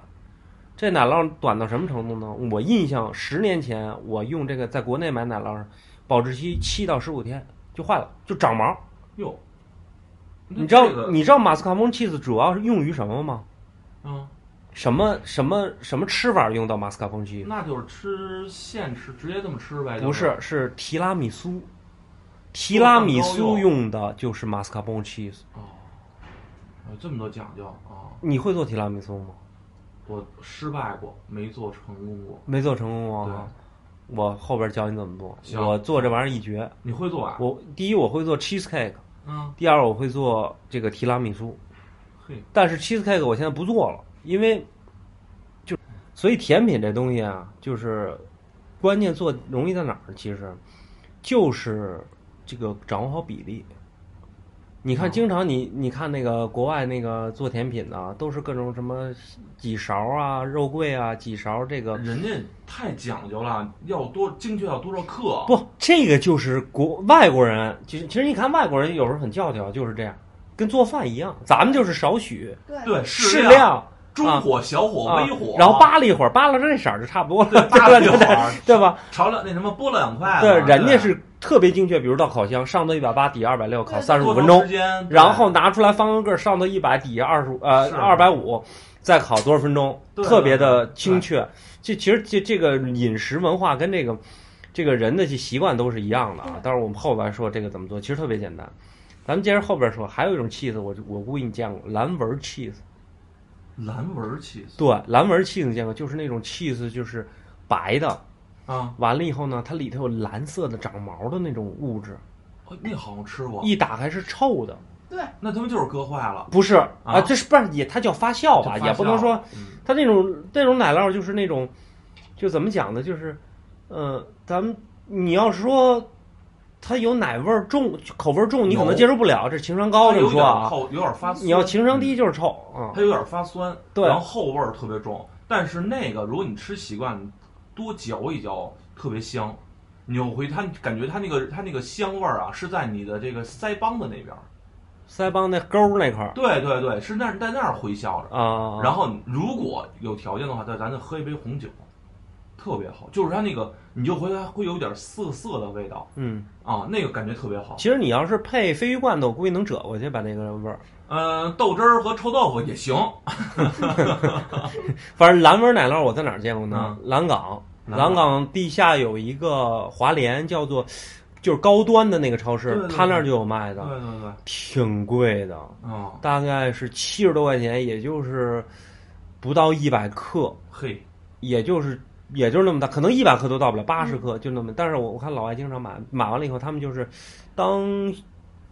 [SPEAKER 1] 这奶酪短到什么程度呢？我印象十年前我用这个在国内买奶酪，保质期七到十五天就坏了，就长毛。
[SPEAKER 2] 哟，
[SPEAKER 1] 你知道、
[SPEAKER 2] 这个
[SPEAKER 1] 你知道马斯卡彭 cheese 主要是用于什么吗？
[SPEAKER 2] 嗯，
[SPEAKER 1] 什么什么什么吃法用到马斯卡彭鸡？
[SPEAKER 2] 那就是吃现吃，直接这么吃呗。就
[SPEAKER 1] 不是，是提拉米苏。提拉米苏用的就是马斯卡彭 cheese。
[SPEAKER 2] 哦，有这么多讲究啊！
[SPEAKER 1] 你会做提拉米苏吗？
[SPEAKER 2] 我失败过，没做成功过。
[SPEAKER 1] 没做成功
[SPEAKER 2] 对
[SPEAKER 1] 啊！我后边教你怎么
[SPEAKER 2] 行
[SPEAKER 1] 做。我做这玩意儿一绝。
[SPEAKER 2] 你会做啊？
[SPEAKER 1] 我第一我会做 cheese cake，
[SPEAKER 2] 嗯，
[SPEAKER 1] 第二我会做这个提拉米苏。
[SPEAKER 2] 嘿，
[SPEAKER 1] 但是 cheese cake 我现在不做了，因为就所以甜品这东西啊，就是关键做容易在哪儿？其实就是这个掌握好比例。你看，
[SPEAKER 2] 嗯
[SPEAKER 1] 经常你你看那个国外那个做甜品的、啊，都是各种什么几勺啊、肉桂啊、几勺这个
[SPEAKER 2] 人家太讲究了，要多精确要多少克？，
[SPEAKER 1] 不，这个就是国外国人。其实其实你看外国人有时候很教条，就是这样，跟做饭一样。咱们就是少许
[SPEAKER 3] 对
[SPEAKER 2] 对，
[SPEAKER 1] 适
[SPEAKER 2] 量，
[SPEAKER 1] 量，
[SPEAKER 2] 中火、小火、
[SPEAKER 1] 啊
[SPEAKER 2] 微火，
[SPEAKER 1] 然后扒拉一会儿，扒拉着这色儿就差不多了，
[SPEAKER 2] 对
[SPEAKER 1] 对
[SPEAKER 2] 扒拉一
[SPEAKER 1] 对
[SPEAKER 2] 会
[SPEAKER 1] 对
[SPEAKER 2] 儿，
[SPEAKER 1] 对吧？
[SPEAKER 2] 炒了那什么剥了两块了。
[SPEAKER 1] 对，人家
[SPEAKER 2] 对
[SPEAKER 1] 是特别精确，比如到烤箱上到一百八，底二百六，烤
[SPEAKER 3] 对
[SPEAKER 1] 三十
[SPEAKER 2] 多
[SPEAKER 1] 五
[SPEAKER 2] 长
[SPEAKER 1] 分钟
[SPEAKER 2] 时，间，对
[SPEAKER 1] 然后拿出来翻个个儿，上到一百，底下二十呃
[SPEAKER 2] 是
[SPEAKER 1] 二百五，再烤多少分钟，
[SPEAKER 2] 对
[SPEAKER 1] 特别的
[SPEAKER 2] 对
[SPEAKER 1] 精确。这其实这这个饮食文化跟这个这个人的这习惯都是一样的啊
[SPEAKER 3] 对。
[SPEAKER 1] 但是我们后边说这个怎么做，其实特别简单。咱们接着后边说，还有一种 cheese，我我估计你见过蓝纹 cheese。
[SPEAKER 2] 蓝纹起司
[SPEAKER 1] 对，蓝纹 cheese 你见过，就是那种 cheese 就是白的，
[SPEAKER 2] 啊，
[SPEAKER 1] 完了以后呢，它里头有蓝色的长毛的那种物质，
[SPEAKER 2] 哦那好像吃过，
[SPEAKER 1] 一打开是臭的，
[SPEAKER 3] 对，
[SPEAKER 2] 那他们就是割坏了，
[SPEAKER 1] 不是
[SPEAKER 2] 啊
[SPEAKER 1] 啊，这是不是也它叫发酵吧？
[SPEAKER 2] 就发
[SPEAKER 1] 也不能
[SPEAKER 2] 酵
[SPEAKER 1] 说
[SPEAKER 2] 嗯
[SPEAKER 1] 它那种那种奶酪就是那种，就怎么讲呢？就是，呃，咱们你要是说它有奶味儿重、口味儿重，你可能
[SPEAKER 2] 有
[SPEAKER 1] 接受不了，这情商高
[SPEAKER 2] 它
[SPEAKER 1] 这
[SPEAKER 2] 有
[SPEAKER 1] 么说
[SPEAKER 2] 点
[SPEAKER 1] 啊。
[SPEAKER 2] 后有点发酸，
[SPEAKER 1] 你要情商低就是臭啊、
[SPEAKER 2] 它有点发酸，
[SPEAKER 1] 对
[SPEAKER 2] 然后后味儿特别重。但是那个，如果你吃习惯，多嚼一嚼，特别香。扭回它，感觉它那个它那个香味儿啊，是在你的这个腮帮子那边儿。
[SPEAKER 1] 腮帮那沟儿那块儿
[SPEAKER 2] 对对对，是那在那儿回笑着。
[SPEAKER 1] 啊，
[SPEAKER 2] 然后如果有条件的话，再咱再喝一杯红酒，特别好。就是它那个，你就回来会有点涩涩的味道
[SPEAKER 1] 嗯，
[SPEAKER 2] 啊，那个感觉特别好。
[SPEAKER 1] 其实你要是配鲱鱼罐头，我估计能折过去把那个味儿。
[SPEAKER 2] 嗯、豆汁儿和臭豆腐也行。
[SPEAKER 1] 反正蓝纹奶酪我在哪儿见过呢？蓝港，
[SPEAKER 2] 嗯蓝港
[SPEAKER 1] 蓝港地下有一个华联，叫做就是高端的那个超
[SPEAKER 2] 对
[SPEAKER 1] 市
[SPEAKER 2] 对，对嗯
[SPEAKER 1] 他那儿就有卖
[SPEAKER 2] 对
[SPEAKER 1] 的，
[SPEAKER 2] 对对，
[SPEAKER 1] 挺贵的，
[SPEAKER 2] 啊、
[SPEAKER 1] 大概是七十多块钱，也就是不到一百克，
[SPEAKER 2] 嘿，
[SPEAKER 1] 也就是也就是那么大，可能一百克都到不了，八十
[SPEAKER 2] 嗯
[SPEAKER 1] 克就那么。但是我我看老外经常买，买完了以后他们就是当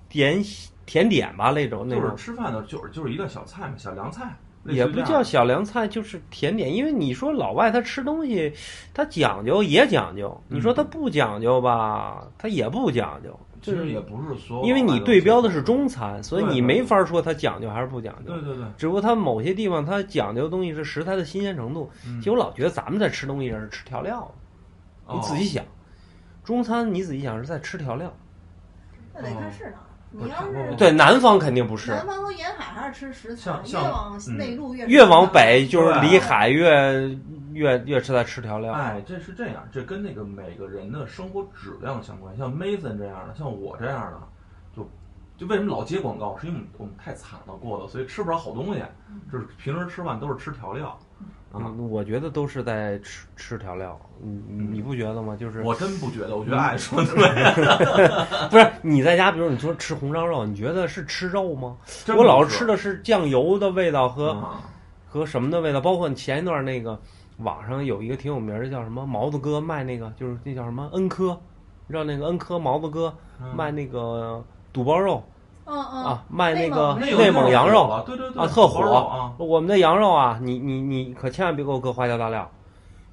[SPEAKER 1] 点甜点吧那种那
[SPEAKER 2] 就
[SPEAKER 1] 种
[SPEAKER 2] 是吃饭的，就是就是一个小菜嘛，小凉菜，类似于
[SPEAKER 1] 也不
[SPEAKER 2] 这样
[SPEAKER 1] 叫小凉菜，就是甜点。因为你说老外他吃东西，他讲究也讲究，
[SPEAKER 2] 嗯
[SPEAKER 1] 你说他不讲究吧，他也不讲究。
[SPEAKER 2] 其实也不是哦所有，
[SPEAKER 1] 因为你对标的是，中餐，所以
[SPEAKER 2] 对
[SPEAKER 1] 你
[SPEAKER 2] 对
[SPEAKER 1] 没法说他讲究还是不讲究
[SPEAKER 2] 对。对对，
[SPEAKER 1] 只不过他某些地方他讲究的东西是食材的新鲜程度。
[SPEAKER 2] 嗯
[SPEAKER 1] 其实我老觉得咱们在吃东西上是吃调料的，你
[SPEAKER 2] 哦
[SPEAKER 1] 仔细想，中餐你仔细想是在吃调料。
[SPEAKER 3] 那得看是哪儿。
[SPEAKER 2] 不
[SPEAKER 3] 你
[SPEAKER 2] 是
[SPEAKER 3] 要
[SPEAKER 2] 不是
[SPEAKER 3] 是
[SPEAKER 1] 对，南方肯定不是，
[SPEAKER 3] 南方和沿海还是吃食材
[SPEAKER 2] 像，
[SPEAKER 3] 越
[SPEAKER 2] 像
[SPEAKER 3] 往
[SPEAKER 2] 嗯
[SPEAKER 3] 内陆越
[SPEAKER 1] 越往北就是
[SPEAKER 2] 对啊
[SPEAKER 1] 离海越越越是在吃调料。
[SPEAKER 2] 哎，这是这样，这跟那个每个人的生活质量相关。像 Mason 这样的，像我这样的，就就为什么老接广告，是因为我们我们太惨了过的，所以吃不着好东西，就是平时吃饭都是吃调料。啊，
[SPEAKER 1] 嗯，我觉得都是在吃吃调料，你你
[SPEAKER 2] 嗯
[SPEAKER 1] 你不觉得吗？就是嗯
[SPEAKER 2] 我真不觉得，我觉得爱说的 对，
[SPEAKER 1] 不是你在家，比如你说吃红烧肉，你觉得是吃肉吗？
[SPEAKER 2] 真
[SPEAKER 1] 我老
[SPEAKER 2] 不
[SPEAKER 1] 是吃的是酱油的味道和、
[SPEAKER 2] 啊
[SPEAKER 1] 和什么的味道，包括前一段那个网上有一个挺有名的叫什么毛子哥卖那个，就是那叫什么恩科，你知道那个恩科毛子哥
[SPEAKER 2] 嗯
[SPEAKER 1] 卖那个肚包肉、
[SPEAKER 3] 嗯嗯
[SPEAKER 1] 啊，卖
[SPEAKER 3] 内
[SPEAKER 1] 那
[SPEAKER 3] 蒙
[SPEAKER 1] 个
[SPEAKER 2] 那
[SPEAKER 3] 那
[SPEAKER 2] 有
[SPEAKER 1] 内
[SPEAKER 2] 那
[SPEAKER 1] 蒙
[SPEAKER 2] 种
[SPEAKER 1] 羊
[SPEAKER 2] 火
[SPEAKER 1] 肉
[SPEAKER 2] 了对对对
[SPEAKER 1] 啊，特
[SPEAKER 2] 火
[SPEAKER 1] 火
[SPEAKER 2] 啊，
[SPEAKER 1] 我们的羊肉啊，你你你可千万别给我搁花椒大料，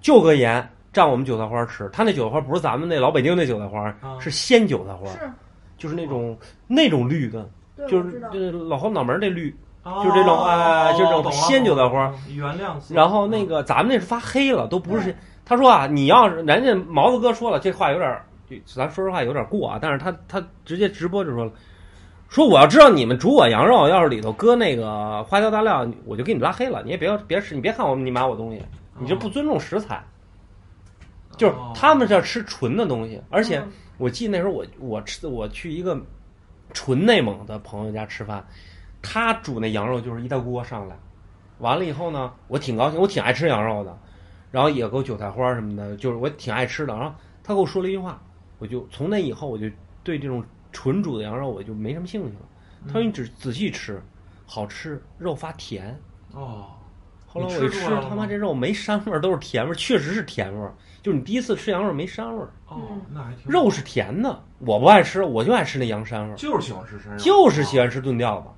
[SPEAKER 1] 就搁盐蘸我们韭菜花吃。他那韭菜花不是咱们那老北京那韭菜花，
[SPEAKER 2] 啊
[SPEAKER 1] 是鲜韭菜花，
[SPEAKER 3] 是，
[SPEAKER 1] 就是那种那种绿的，
[SPEAKER 3] 对，
[SPEAKER 1] 就
[SPEAKER 3] 我知
[SPEAKER 1] 是
[SPEAKER 3] 道
[SPEAKER 1] 就是老后脑门那绿。
[SPEAKER 2] 哦
[SPEAKER 1] 就是这种哎就这种
[SPEAKER 2] 懂了
[SPEAKER 1] 鲜韭菜花
[SPEAKER 2] 懂了原谅色。
[SPEAKER 1] 然后那
[SPEAKER 2] 嗯
[SPEAKER 1] 个咱们那是发黑了，都不是。他说啊，你要是人家毛子哥说了这话有点儿，就咱说实话有点过啊，但是他他直接直播就说了。说我要知道你们煮我羊肉，要是里头搁那个花椒大料，我就给你拉黑了。你也别别吃，你别看我你买我东西，你这不尊重食材。就是
[SPEAKER 2] 嗯哦
[SPEAKER 1] 他们是要吃纯的东西，而且
[SPEAKER 3] 嗯
[SPEAKER 1] 我记得那时候我我吃我去一个纯内蒙的朋友家吃饭，他煮那羊肉就是一大锅上来，完了以后呢，我挺高兴，我挺爱吃羊肉的，然后也给我韭菜花什么的，就是我挺爱吃的。然后他给我说了一句话，我就从那以后我就对这种纯煮的羊肉我就没什么兴趣了。
[SPEAKER 2] 嗯
[SPEAKER 1] 他说你只仔细吃，好吃，肉发甜。
[SPEAKER 2] 哦，
[SPEAKER 1] 后来
[SPEAKER 2] 你
[SPEAKER 1] 我一
[SPEAKER 2] 吃
[SPEAKER 1] 吃
[SPEAKER 2] 出来了，吗
[SPEAKER 1] 他妈这肉没膻味儿，都是甜味儿，确实是甜味儿。就是你第一次吃羊肉没膻味儿，
[SPEAKER 2] 哦
[SPEAKER 3] 嗯，
[SPEAKER 2] 那还挺好
[SPEAKER 1] 肉是甜的，我不爱吃，我就爱吃那羊膻味儿，
[SPEAKER 2] 就是喜欢吃山药，
[SPEAKER 1] 就是喜欢吃炖吊子
[SPEAKER 2] 啊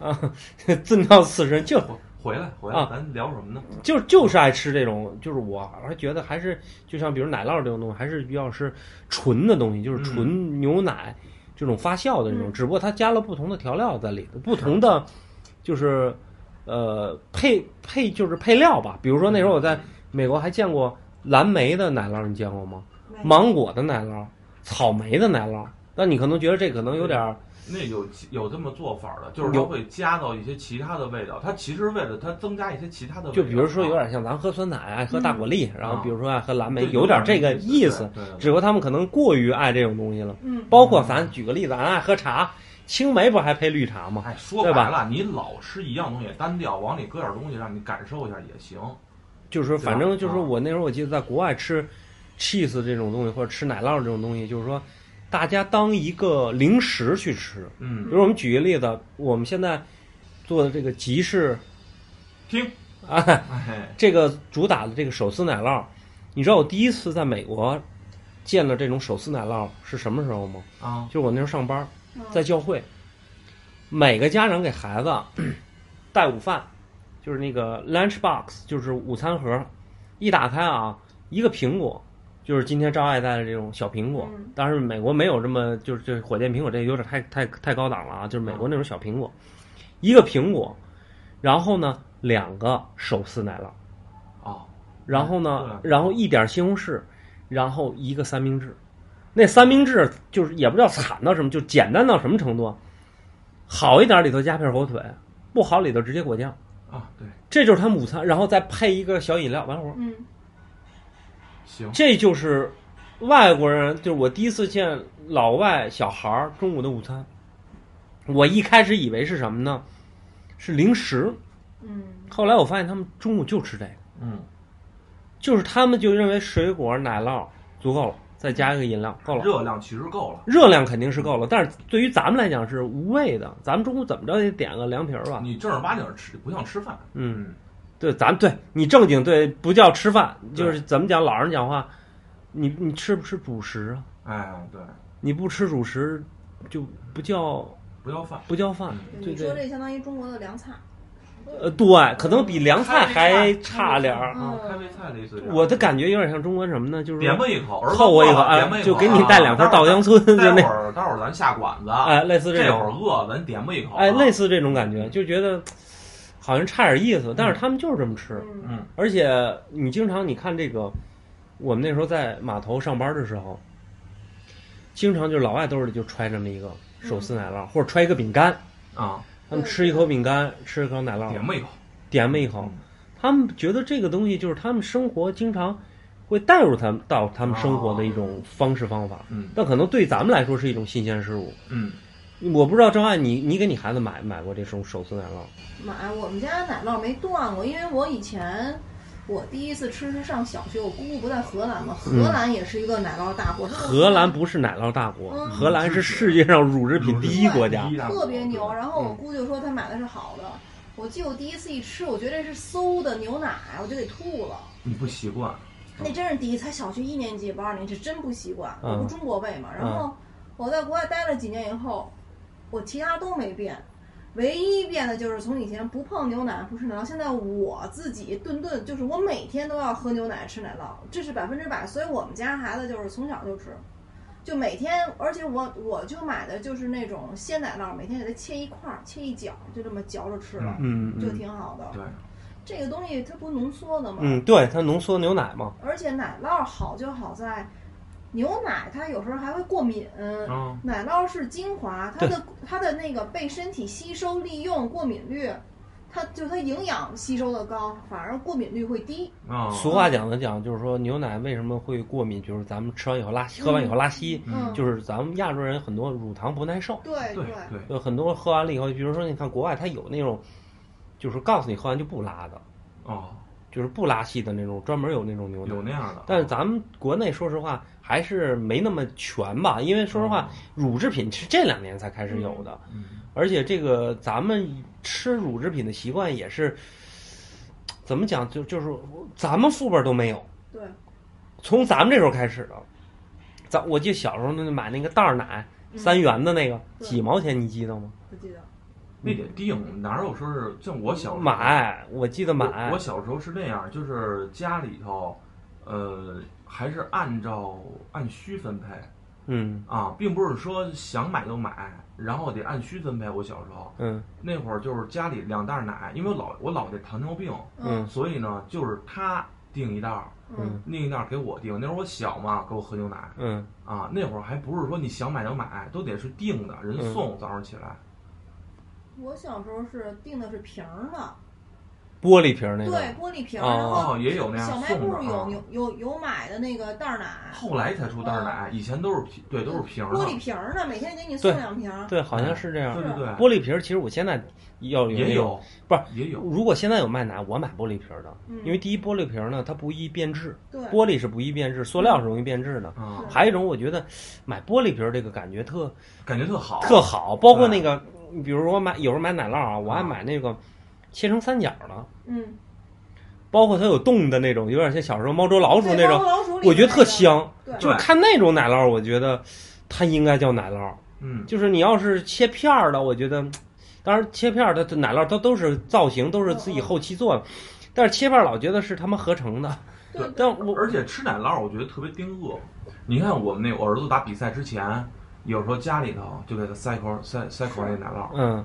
[SPEAKER 2] 嗯。
[SPEAKER 1] 啊， 炖吊刺身就
[SPEAKER 2] 回 回来回来，
[SPEAKER 1] 啊
[SPEAKER 2] 咱聊什么呢？
[SPEAKER 1] 就就是爱吃这种，就是我还觉得还是就像比如奶酪这种东西，还是比较是纯的东西，就是纯牛奶这种发酵的这种，
[SPEAKER 3] 嗯
[SPEAKER 1] 只不过它加了不同的调料在里头，不同的就是呃配配就是配料吧。比如说那时候我在美国还见过蓝莓的奶酪，你见过吗？
[SPEAKER 3] 没
[SPEAKER 1] 芒果的奶酪，草莓的奶酪。但你可能觉得这可能有点儿
[SPEAKER 2] 那有有这么做法的，就是它
[SPEAKER 1] 有
[SPEAKER 2] 会加到一些其他的味道，它其实为了它增加一些其他的味道，
[SPEAKER 1] 就比如说有点像咱喝酸奶爱喝
[SPEAKER 3] 嗯
[SPEAKER 1] 大果粒，然后比如说爱喝蓝莓，
[SPEAKER 2] 对
[SPEAKER 1] 有点这个意思。，
[SPEAKER 2] 对对对
[SPEAKER 1] 只不过他们可能过于爱这种东西了。
[SPEAKER 3] 嗯，
[SPEAKER 1] 包括咱举个例子，咱爱喝茶，青梅不还配绿茶吗？
[SPEAKER 2] 哎，说白
[SPEAKER 1] 对吧
[SPEAKER 2] 了，你老吃一样东西单调，往里搁点东西让你感受一下也行。
[SPEAKER 1] 就是说，
[SPEAKER 2] 对吧
[SPEAKER 1] 反正就是说
[SPEAKER 2] 啊
[SPEAKER 1] 我那时候我记得在国外吃 cheese 这种东西或者吃奶酪这种东西，就是说大家当一个零食去吃。比
[SPEAKER 2] 嗯，
[SPEAKER 1] 如我们举一个例子，我们现在做的这个集市
[SPEAKER 2] 听，
[SPEAKER 1] 啊，
[SPEAKER 2] 哎，
[SPEAKER 1] 这个主打的这个手撕奶酪，你知道我第一次在美国见了这种手撕奶酪是什么时候吗？
[SPEAKER 2] 啊，
[SPEAKER 1] 就是我那时候上班，
[SPEAKER 3] 嗯
[SPEAKER 1] 在教会，每个家长给孩子 带午饭，就是那个 lunch box，就是午餐盒，一打开啊，一个苹果，就是今天赵爱带的这种小苹果
[SPEAKER 3] 嗯。
[SPEAKER 1] 当然，美国没有这么就是这火箭苹果，这有点太太太高档了啊，就是美国那种小苹果，一个苹果，然后呢两个手撕奶酪，
[SPEAKER 2] 哦，
[SPEAKER 1] 然后呢，
[SPEAKER 2] 对
[SPEAKER 1] 然后一点西红柿，然后一个三明治。那三明治就是也不知道惨到什么，就简单到什么程度啊。好一点里头加片火腿，不好里头直接果酱，
[SPEAKER 2] 啊，对，
[SPEAKER 1] 这就是他们午餐，然后再配一个小饮料，完活儿。
[SPEAKER 3] 嗯
[SPEAKER 2] 行，
[SPEAKER 1] 这就是外国人，就是我第一次见老外小孩儿中午的午餐。我一开始以为是什么呢？是零食，
[SPEAKER 3] 嗯
[SPEAKER 1] 后来我发现他们中午就吃这个。
[SPEAKER 2] 嗯，
[SPEAKER 1] 就是他们就认为水果、奶酪足够了，再加一个饮料够了，
[SPEAKER 2] 嗯热量其实够了。
[SPEAKER 1] 热量肯定是够了，但是对于咱们来讲是无谓的。咱们中午怎么着也点个凉皮儿吧？
[SPEAKER 2] 你正儿八经吃，不像吃饭。
[SPEAKER 1] 嗯，
[SPEAKER 2] 嗯，
[SPEAKER 1] 对，咱们对你正经对不叫吃饭，就是怎么讲，老人讲
[SPEAKER 2] 嗯
[SPEAKER 1] 话，你你吃不吃主食啊？
[SPEAKER 2] 哎，对，
[SPEAKER 1] 你不吃主食就不叫
[SPEAKER 2] 不要饭。
[SPEAKER 1] 不叫
[SPEAKER 2] 嗯
[SPEAKER 1] 饭，对
[SPEAKER 3] 你说
[SPEAKER 1] 对，
[SPEAKER 3] 这相当于中国的凉菜，
[SPEAKER 1] 呃，对，可能比凉菜还差点儿。
[SPEAKER 2] 啊，开胃菜的意思是。
[SPEAKER 1] 我的感觉有点像中国什么呢？就是
[SPEAKER 2] 点
[SPEAKER 1] 说
[SPEAKER 2] 吧一口，儿子
[SPEAKER 1] 扣我一
[SPEAKER 2] 饿
[SPEAKER 1] 口，
[SPEAKER 2] 了点吧一
[SPEAKER 1] 哎，
[SPEAKER 2] 口，
[SPEAKER 1] 就
[SPEAKER 2] 啊
[SPEAKER 1] 给你带两份稻香村， 就
[SPEAKER 2] 待
[SPEAKER 1] 那
[SPEAKER 2] 会儿，待会儿咱下馆子，
[SPEAKER 1] 哎，类似这
[SPEAKER 2] 这
[SPEAKER 1] 种
[SPEAKER 2] 会。儿饿，咱点吧一口。啊
[SPEAKER 1] 哎，类
[SPEAKER 2] 似，
[SPEAKER 1] 似这种感觉，
[SPEAKER 2] 嗯
[SPEAKER 1] 就觉得好像差点意思，但是他们就是这么吃。
[SPEAKER 3] 嗯
[SPEAKER 2] 嗯，
[SPEAKER 1] 而且你经常你看这个，我们那时候在码头上班的时候，经常就是老外兜里就揣这么一个手撕奶
[SPEAKER 2] 嗯
[SPEAKER 1] 酪，或者揣一个饼干，
[SPEAKER 2] 啊，
[SPEAKER 1] 他们吃一口饼干，吃一口奶
[SPEAKER 2] 嗯点
[SPEAKER 1] 酪，
[SPEAKER 2] 吧一口，
[SPEAKER 1] 点那么一口，他们觉得这个东西就是他们生活经常会带入他们到他们生活的一种方式方法。
[SPEAKER 2] 哦嗯
[SPEAKER 1] 但可能对咱们来说是一种新鲜事物。
[SPEAKER 2] 嗯，
[SPEAKER 1] 我不知道张爱，你你给你孩子买买过这种手撕奶酪吗？
[SPEAKER 3] 买我们家奶酪没断过，因为我以前我第一次吃是上小学，我姑姑不在荷兰嘛，荷兰也是一个奶酪大国，
[SPEAKER 1] 嗯荷兰不是奶酪大国，
[SPEAKER 3] 嗯
[SPEAKER 1] 荷兰是世界上乳制品第一国家
[SPEAKER 2] 第。一大国
[SPEAKER 3] 特别牛。啊
[SPEAKER 2] 对嗯
[SPEAKER 3] 然后我姑就说她买的是好的，我记得我第一次一吃，我觉得这是馊的牛奶，我就给吐了。
[SPEAKER 2] 你不习惯，
[SPEAKER 3] 那真是第一，才小学一年级、不二年级，真不习惯。我不
[SPEAKER 1] 嗯
[SPEAKER 3] 中国胃嘛。然后我在国外待了几年以后，我其他都没变，唯一变的就是从以前不碰牛奶、不吃奶酪，现在我自己顿顿就是我每天都要喝牛奶、吃奶酪，这是百分之百。所以我们家孩子就是从小就吃，就每天，而且我我就买的就是那种鲜奶酪，每天给它切一块儿、切一角，就这么嚼着吃了，
[SPEAKER 1] 嗯
[SPEAKER 3] 就
[SPEAKER 1] 嗯
[SPEAKER 3] 挺好的。
[SPEAKER 2] 对，
[SPEAKER 3] 这个东西它不浓缩的嘛，
[SPEAKER 1] 嗯，对，它浓缩牛奶嘛。
[SPEAKER 3] 而且奶酪好就好在，牛奶它有时候还会过敏。
[SPEAKER 2] 嗯，
[SPEAKER 3] 奶酪是精华，它
[SPEAKER 1] 对
[SPEAKER 3] 的它的那个被身体吸收利用过敏率，它就它营养吸收的高，反而过敏率会低。
[SPEAKER 2] 啊，
[SPEAKER 1] 俗话讲的讲，就是说牛奶为什么会过敏，就是咱们吃完以后拉稀，
[SPEAKER 3] 嗯
[SPEAKER 1] 喝完以后拉稀，
[SPEAKER 2] 嗯
[SPEAKER 3] 嗯，
[SPEAKER 1] 就是咱们亚洲人很多乳糖不耐受，
[SPEAKER 3] 对
[SPEAKER 2] 对
[SPEAKER 3] 对，
[SPEAKER 2] 对，
[SPEAKER 1] 有很多喝完了以后，比如说你看国外，它有那种。就是告诉你喝完就不拉的，
[SPEAKER 2] 哦，
[SPEAKER 1] 就是不拉稀的那种，专门有那种牛奶
[SPEAKER 2] 有。那样的，啊
[SPEAKER 1] 但是咱们国内说实话还是没那么全吧，因为说实
[SPEAKER 2] 哦
[SPEAKER 1] 话，乳制品是这两年才开始有的，
[SPEAKER 2] 嗯，
[SPEAKER 1] 而且这个咱们吃乳制品的习惯也是，怎么讲就就是咱们父辈儿都没有，
[SPEAKER 3] 对，
[SPEAKER 1] 从咱们这时候开始的。咱我记得小时候那买那个袋儿奶，
[SPEAKER 3] 嗯
[SPEAKER 1] 三元的那个
[SPEAKER 3] 对
[SPEAKER 1] 几毛钱，你记得吗？
[SPEAKER 3] 不嗯记得，
[SPEAKER 2] 那得顶哪有说是像我小时候
[SPEAKER 1] 买，我记得买
[SPEAKER 2] 我。我小时候是那样，就是家里头，呃，还是按照按需分配
[SPEAKER 1] 嗯
[SPEAKER 2] 啊，并不是说想买就买，然后得按需分配。我小时候
[SPEAKER 1] 嗯
[SPEAKER 2] 那会儿就是家里两袋奶，因为我老我老得糖尿病，
[SPEAKER 1] 嗯
[SPEAKER 2] 所以呢，就是他订一袋儿，
[SPEAKER 3] 嗯
[SPEAKER 1] 嗯
[SPEAKER 2] 另一袋儿给我订。那会儿我小嘛，给我喝牛奶
[SPEAKER 1] 嗯
[SPEAKER 2] 啊，那会儿还不是说你想买就买，都得是订的，人
[SPEAKER 1] 嗯
[SPEAKER 2] 送。早上起来，
[SPEAKER 3] 我小时候是订的是瓶儿的，
[SPEAKER 1] 玻璃瓶儿那个。
[SPEAKER 3] 对，玻璃瓶儿，
[SPEAKER 1] 哦
[SPEAKER 3] 然后
[SPEAKER 2] 哦，也有那样
[SPEAKER 3] 小卖
[SPEAKER 2] 送
[SPEAKER 3] 部
[SPEAKER 2] 的
[SPEAKER 3] 有
[SPEAKER 2] 啊。
[SPEAKER 3] 牛有有买的那个袋儿奶，
[SPEAKER 2] 后来才出袋儿奶，以前都是瓶对都是瓶儿的
[SPEAKER 3] 嗯玻璃瓶儿的，每天给你送
[SPEAKER 1] 对
[SPEAKER 3] 两瓶儿。
[SPEAKER 1] 对，好像是这样
[SPEAKER 2] 对。对对，
[SPEAKER 1] 玻璃瓶儿，其实我现在要有
[SPEAKER 2] 嗯也
[SPEAKER 1] 那种
[SPEAKER 2] 有，
[SPEAKER 1] 不是
[SPEAKER 2] 也有，
[SPEAKER 1] 如果现在有卖奶，我买玻璃瓶儿的，
[SPEAKER 3] 嗯
[SPEAKER 1] 因为第一玻璃瓶儿呢，它不易变质，
[SPEAKER 3] 对
[SPEAKER 1] 玻璃是不易变质，塑料是容易变质的。
[SPEAKER 2] 啊，
[SPEAKER 1] 还有一种，我觉得买玻璃瓶儿这个感觉特
[SPEAKER 2] 感觉特好，
[SPEAKER 1] 特好，包括那个，比如说买有时候买奶酪啊，我还
[SPEAKER 2] 啊
[SPEAKER 1] 买那个切成三角的，
[SPEAKER 3] 嗯，
[SPEAKER 1] 包括它有冻的那种，有点像小时候猫捉老鼠
[SPEAKER 3] 对
[SPEAKER 1] 那
[SPEAKER 3] 猫
[SPEAKER 1] 种，
[SPEAKER 3] 老鼠里
[SPEAKER 1] 我觉得
[SPEAKER 3] 那
[SPEAKER 1] 特
[SPEAKER 3] 个。
[SPEAKER 1] 香。
[SPEAKER 3] 对，
[SPEAKER 1] 就是看那种奶酪，我觉得它应该叫奶酪。
[SPEAKER 2] 嗯，
[SPEAKER 1] 就是你要是切片儿的，我觉得，当然切片儿的奶酪它都是造型都是自
[SPEAKER 3] 嗯
[SPEAKER 1] 己后期做的，但是切片儿老觉得是他妈合成的。
[SPEAKER 3] 对
[SPEAKER 1] 但我
[SPEAKER 2] 而且吃奶酪我觉得特别盯饿。你看我们那我儿子打比赛之前，有时候家里头就给他塞口塞塞口那奶酪，
[SPEAKER 1] 嗯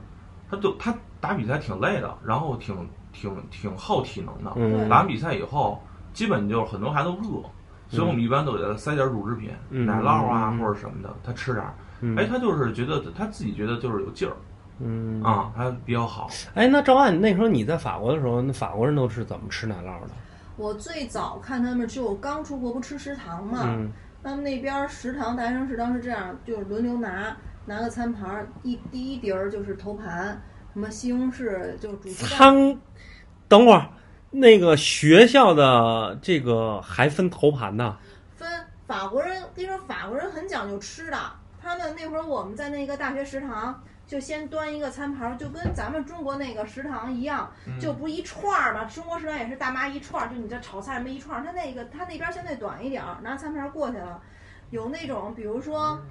[SPEAKER 2] 他就他打比赛挺累的，然后挺挺挺耗体能的。
[SPEAKER 1] 嗯
[SPEAKER 3] 对
[SPEAKER 2] 打完比赛以后，基本就是很多孩子饿，所以我们一般都给他塞点乳制品，
[SPEAKER 1] 嗯
[SPEAKER 2] 奶酪啊
[SPEAKER 1] 嗯嗯
[SPEAKER 2] 或者什么的，他吃点儿。哎，
[SPEAKER 1] 嗯
[SPEAKER 2] 他就是觉得他自己觉得就是有劲儿
[SPEAKER 1] 嗯啊，
[SPEAKER 2] 啊，他比较好。
[SPEAKER 1] 哎，那赵岸，那时候你在法国的时候，那法国人都是怎么吃奶酪的？
[SPEAKER 3] 我最早看他们，只有刚出国不吃食堂嘛，
[SPEAKER 1] 嗯
[SPEAKER 3] 他们那边儿食堂大学生食堂是这样，就是轮流拿，拿个餐盘儿，一第一碟儿就是头盘，什么西红柿就是煮鸡蛋，
[SPEAKER 1] 餐，等会儿。那个学校的这个还分头盘呢，
[SPEAKER 3] 分法国人跟你说法国人很讲究吃的，他们那会儿我们在那个大学食堂。就先端一个餐盘儿，就跟咱们中国那个食堂一样，
[SPEAKER 2] 嗯
[SPEAKER 1] 嗯
[SPEAKER 3] 就不是一串儿嘛。中国食堂也是大妈一串儿，就你这炒菜什么一串儿。他那个他那边儿相对短一点儿，拿餐盘儿过去了。有那种比如说，
[SPEAKER 1] 嗯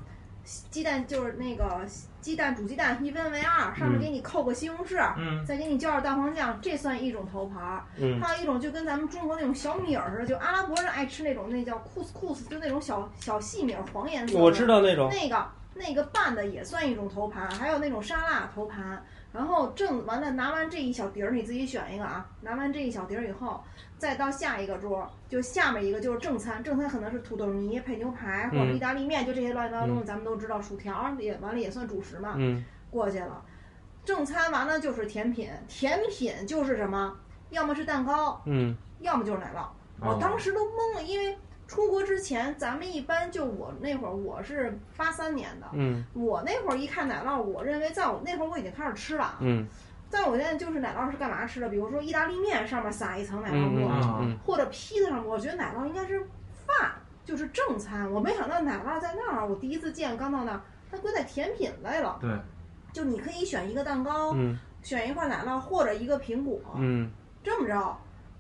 [SPEAKER 3] 鸡蛋就是那个鸡蛋煮鸡蛋一分为二，上
[SPEAKER 1] 嗯
[SPEAKER 3] 面给你扣个西红柿，
[SPEAKER 2] 嗯，
[SPEAKER 3] 再给你浇点蛋黄酱，这算一种头盘儿。
[SPEAKER 1] 嗯
[SPEAKER 3] 还有一种就跟咱们中国那种小米儿似的，就阿拉伯人爱吃那种，那叫 couscous，就那种小小细米儿，黄颜色的。
[SPEAKER 1] 我知道那种，
[SPEAKER 3] 那个那个拌的也算一种头盘，还有那种沙拉头盘。然后正完了，拿完这一小碟儿，你自己选一个啊。拿完这一小碟儿以后，再到下一个桌，就下面一个就是正餐，正餐可能是土豆泥配牛排或者
[SPEAKER 1] 嗯
[SPEAKER 3] 意大利面，就这些乱七八糟东西，咱们都知道。薯条也完了也算主食嘛。
[SPEAKER 1] 嗯
[SPEAKER 3] 过去了，正餐完了就是甜品，甜品就是什么，要么是蛋糕，
[SPEAKER 1] 嗯
[SPEAKER 3] 要么就是奶酪。我
[SPEAKER 2] 哦
[SPEAKER 3] 当时都懵了，因为出国之前，咱们一般就我那会儿我是八三年的，
[SPEAKER 1] 嗯
[SPEAKER 3] 我那会儿一看奶酪，我认为在我那会儿我已经开始吃了，啊
[SPEAKER 1] 嗯
[SPEAKER 3] 在我现在就是奶酪是干嘛吃的？比如说意大利面上面撒一层奶酪沫，
[SPEAKER 1] 嗯嗯
[SPEAKER 3] 或者披萨上面，我觉得奶酪应该是饭，就是正餐。我没想到奶酪在那儿，我第一次见，刚到那儿，它归在甜品类了。
[SPEAKER 2] 嗯对，
[SPEAKER 3] 就你可以选一个蛋糕，
[SPEAKER 1] 嗯
[SPEAKER 3] 选一块奶酪或者一个苹果，
[SPEAKER 1] 嗯
[SPEAKER 3] 这么着，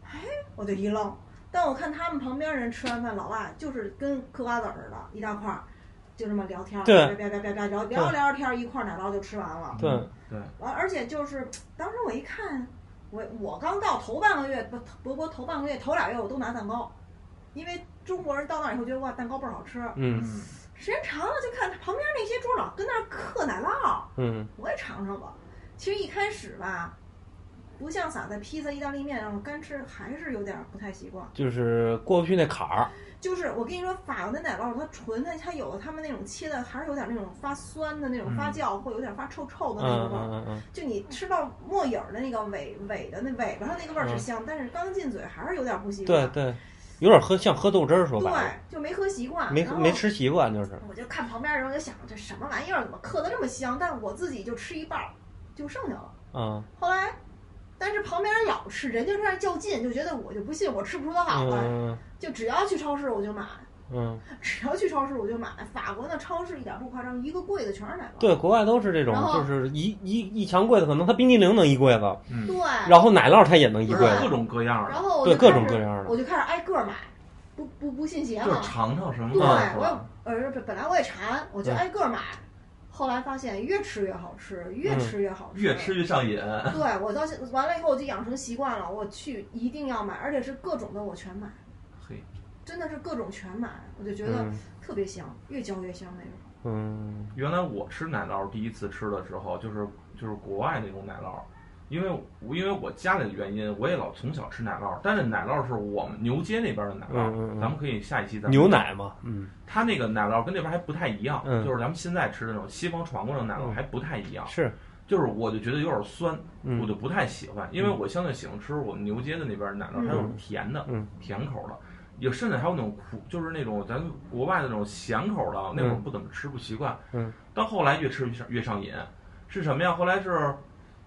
[SPEAKER 3] 哎，我就一愣。但我看他们旁边人吃完饭，老外就是跟嗑瓜子儿似的，一大块儿，就这么聊天儿，
[SPEAKER 1] 对
[SPEAKER 3] 别别别别聊聊着聊着天儿，一块奶酪就吃完了。
[SPEAKER 1] 对
[SPEAKER 2] 嗯对，
[SPEAKER 3] 完，而且就是当时我一看，我我刚到头半个月，不，不不头半个月头俩月我都拿蛋糕，因为中国人到那儿以后觉得哇蛋糕倍儿好吃，
[SPEAKER 1] 嗯
[SPEAKER 2] 嗯，
[SPEAKER 3] 时间长了就看旁边那些桌老跟那儿嗑奶酪。
[SPEAKER 1] 嗯
[SPEAKER 3] 我也尝尝吧。其实一开始吧，不像撒在披萨、意大利面上干吃，还是有点不太习惯。
[SPEAKER 1] 就是过不去那坎儿，
[SPEAKER 3] 就是我跟你说，法国的奶酪它纯，它它有他们那种切的，还是有点那种发酸的那种
[SPEAKER 2] 嗯
[SPEAKER 3] 发酵，或有点发臭臭
[SPEAKER 1] 嗯
[SPEAKER 3] 的那个
[SPEAKER 1] 嗯
[SPEAKER 3] 味儿。
[SPEAKER 1] 嗯嗯。
[SPEAKER 3] 就你吃到末影儿的那个尾尾的那尾巴上那个味儿是
[SPEAKER 1] 嗯
[SPEAKER 3] 香，但是刚进嘴还是有点不习
[SPEAKER 1] 对
[SPEAKER 3] 惯。
[SPEAKER 1] 对，有点喝像喝豆汁儿，说白了，
[SPEAKER 3] 对，就没喝习惯，
[SPEAKER 1] 没
[SPEAKER 3] 然后
[SPEAKER 1] 没吃习惯就是。
[SPEAKER 3] 我就看旁边人，我就想这什么玩意儿，怎么嗑的这么香？但我自己就吃一半儿，就剩下了。
[SPEAKER 1] 嗯
[SPEAKER 3] 后来但是旁边人老吃，人就在那儿较劲，就觉得我就不信我吃不出它好来，
[SPEAKER 1] 嗯
[SPEAKER 3] 就只要去超市我就买，
[SPEAKER 1] 嗯，
[SPEAKER 3] 只要去超市我就买。法国那超市一点不夸张，一个柜子全是奶酪。
[SPEAKER 1] 对，国外都是这种
[SPEAKER 3] 然，后
[SPEAKER 1] 就是一一一墙柜子，可能它冰激凌能一柜子，
[SPEAKER 2] 嗯，
[SPEAKER 3] 对，
[SPEAKER 1] 然后奶酪它也能一
[SPEAKER 2] 就
[SPEAKER 1] 柜
[SPEAKER 2] 是啊
[SPEAKER 1] 子
[SPEAKER 2] 各。种各样
[SPEAKER 3] 然
[SPEAKER 2] 的，
[SPEAKER 3] 后我
[SPEAKER 1] 对
[SPEAKER 3] 就
[SPEAKER 1] 各
[SPEAKER 3] 开
[SPEAKER 1] 种
[SPEAKER 3] 始
[SPEAKER 1] 各样的
[SPEAKER 3] 我就开始挨个儿买，不不不信邪
[SPEAKER 2] 就
[SPEAKER 3] 嘛
[SPEAKER 2] 是。尝尝什么
[SPEAKER 3] 对，
[SPEAKER 2] 味儿是
[SPEAKER 3] 我
[SPEAKER 2] 吧？
[SPEAKER 3] 呃本来我也馋，我就
[SPEAKER 1] 嗯
[SPEAKER 3] 挨个儿买，后来发现越吃越好吃，越
[SPEAKER 1] 嗯
[SPEAKER 3] 吃越好吃，
[SPEAKER 2] 越吃越上瘾，
[SPEAKER 3] 对我到现完了以后，我就养成习惯了，我去一定要买，而且是各种的我全买，
[SPEAKER 2] 嘿，
[SPEAKER 3] 真的是各种全买，我就觉得
[SPEAKER 1] 嗯
[SPEAKER 3] 特别香，越嚼越香那种。
[SPEAKER 1] 嗯
[SPEAKER 2] 原来我吃奶酪第一次吃的时候，就是就是国外那种奶酪，因为我因为我家里的原因，我也老从小吃奶酪，但是奶酪是我们牛街那边的奶酪，
[SPEAKER 1] 嗯嗯嗯
[SPEAKER 2] 咱们可以下一期再
[SPEAKER 1] 牛，奶嘛，嗯
[SPEAKER 2] 它那个奶酪跟那边还不太一样，
[SPEAKER 1] 嗯
[SPEAKER 2] 就是咱们现在吃的那种西方传过来的奶酪
[SPEAKER 1] 嗯
[SPEAKER 2] 还不太一样，
[SPEAKER 1] 是，
[SPEAKER 2] 就是我就觉得有点酸，
[SPEAKER 1] 嗯
[SPEAKER 2] 我就不太喜欢，因为我相对喜欢吃我们牛街的那边的奶酪，
[SPEAKER 3] 嗯
[SPEAKER 2] 它有甜的，
[SPEAKER 1] 嗯
[SPEAKER 2] 甜口的。也甚至还有那种苦，就是那种咱国外的那种咸口的，那种
[SPEAKER 1] 嗯
[SPEAKER 2] 不怎么吃不习惯。
[SPEAKER 1] 嗯
[SPEAKER 2] 到后来越吃越上越上瘾，是什么呀？后来是，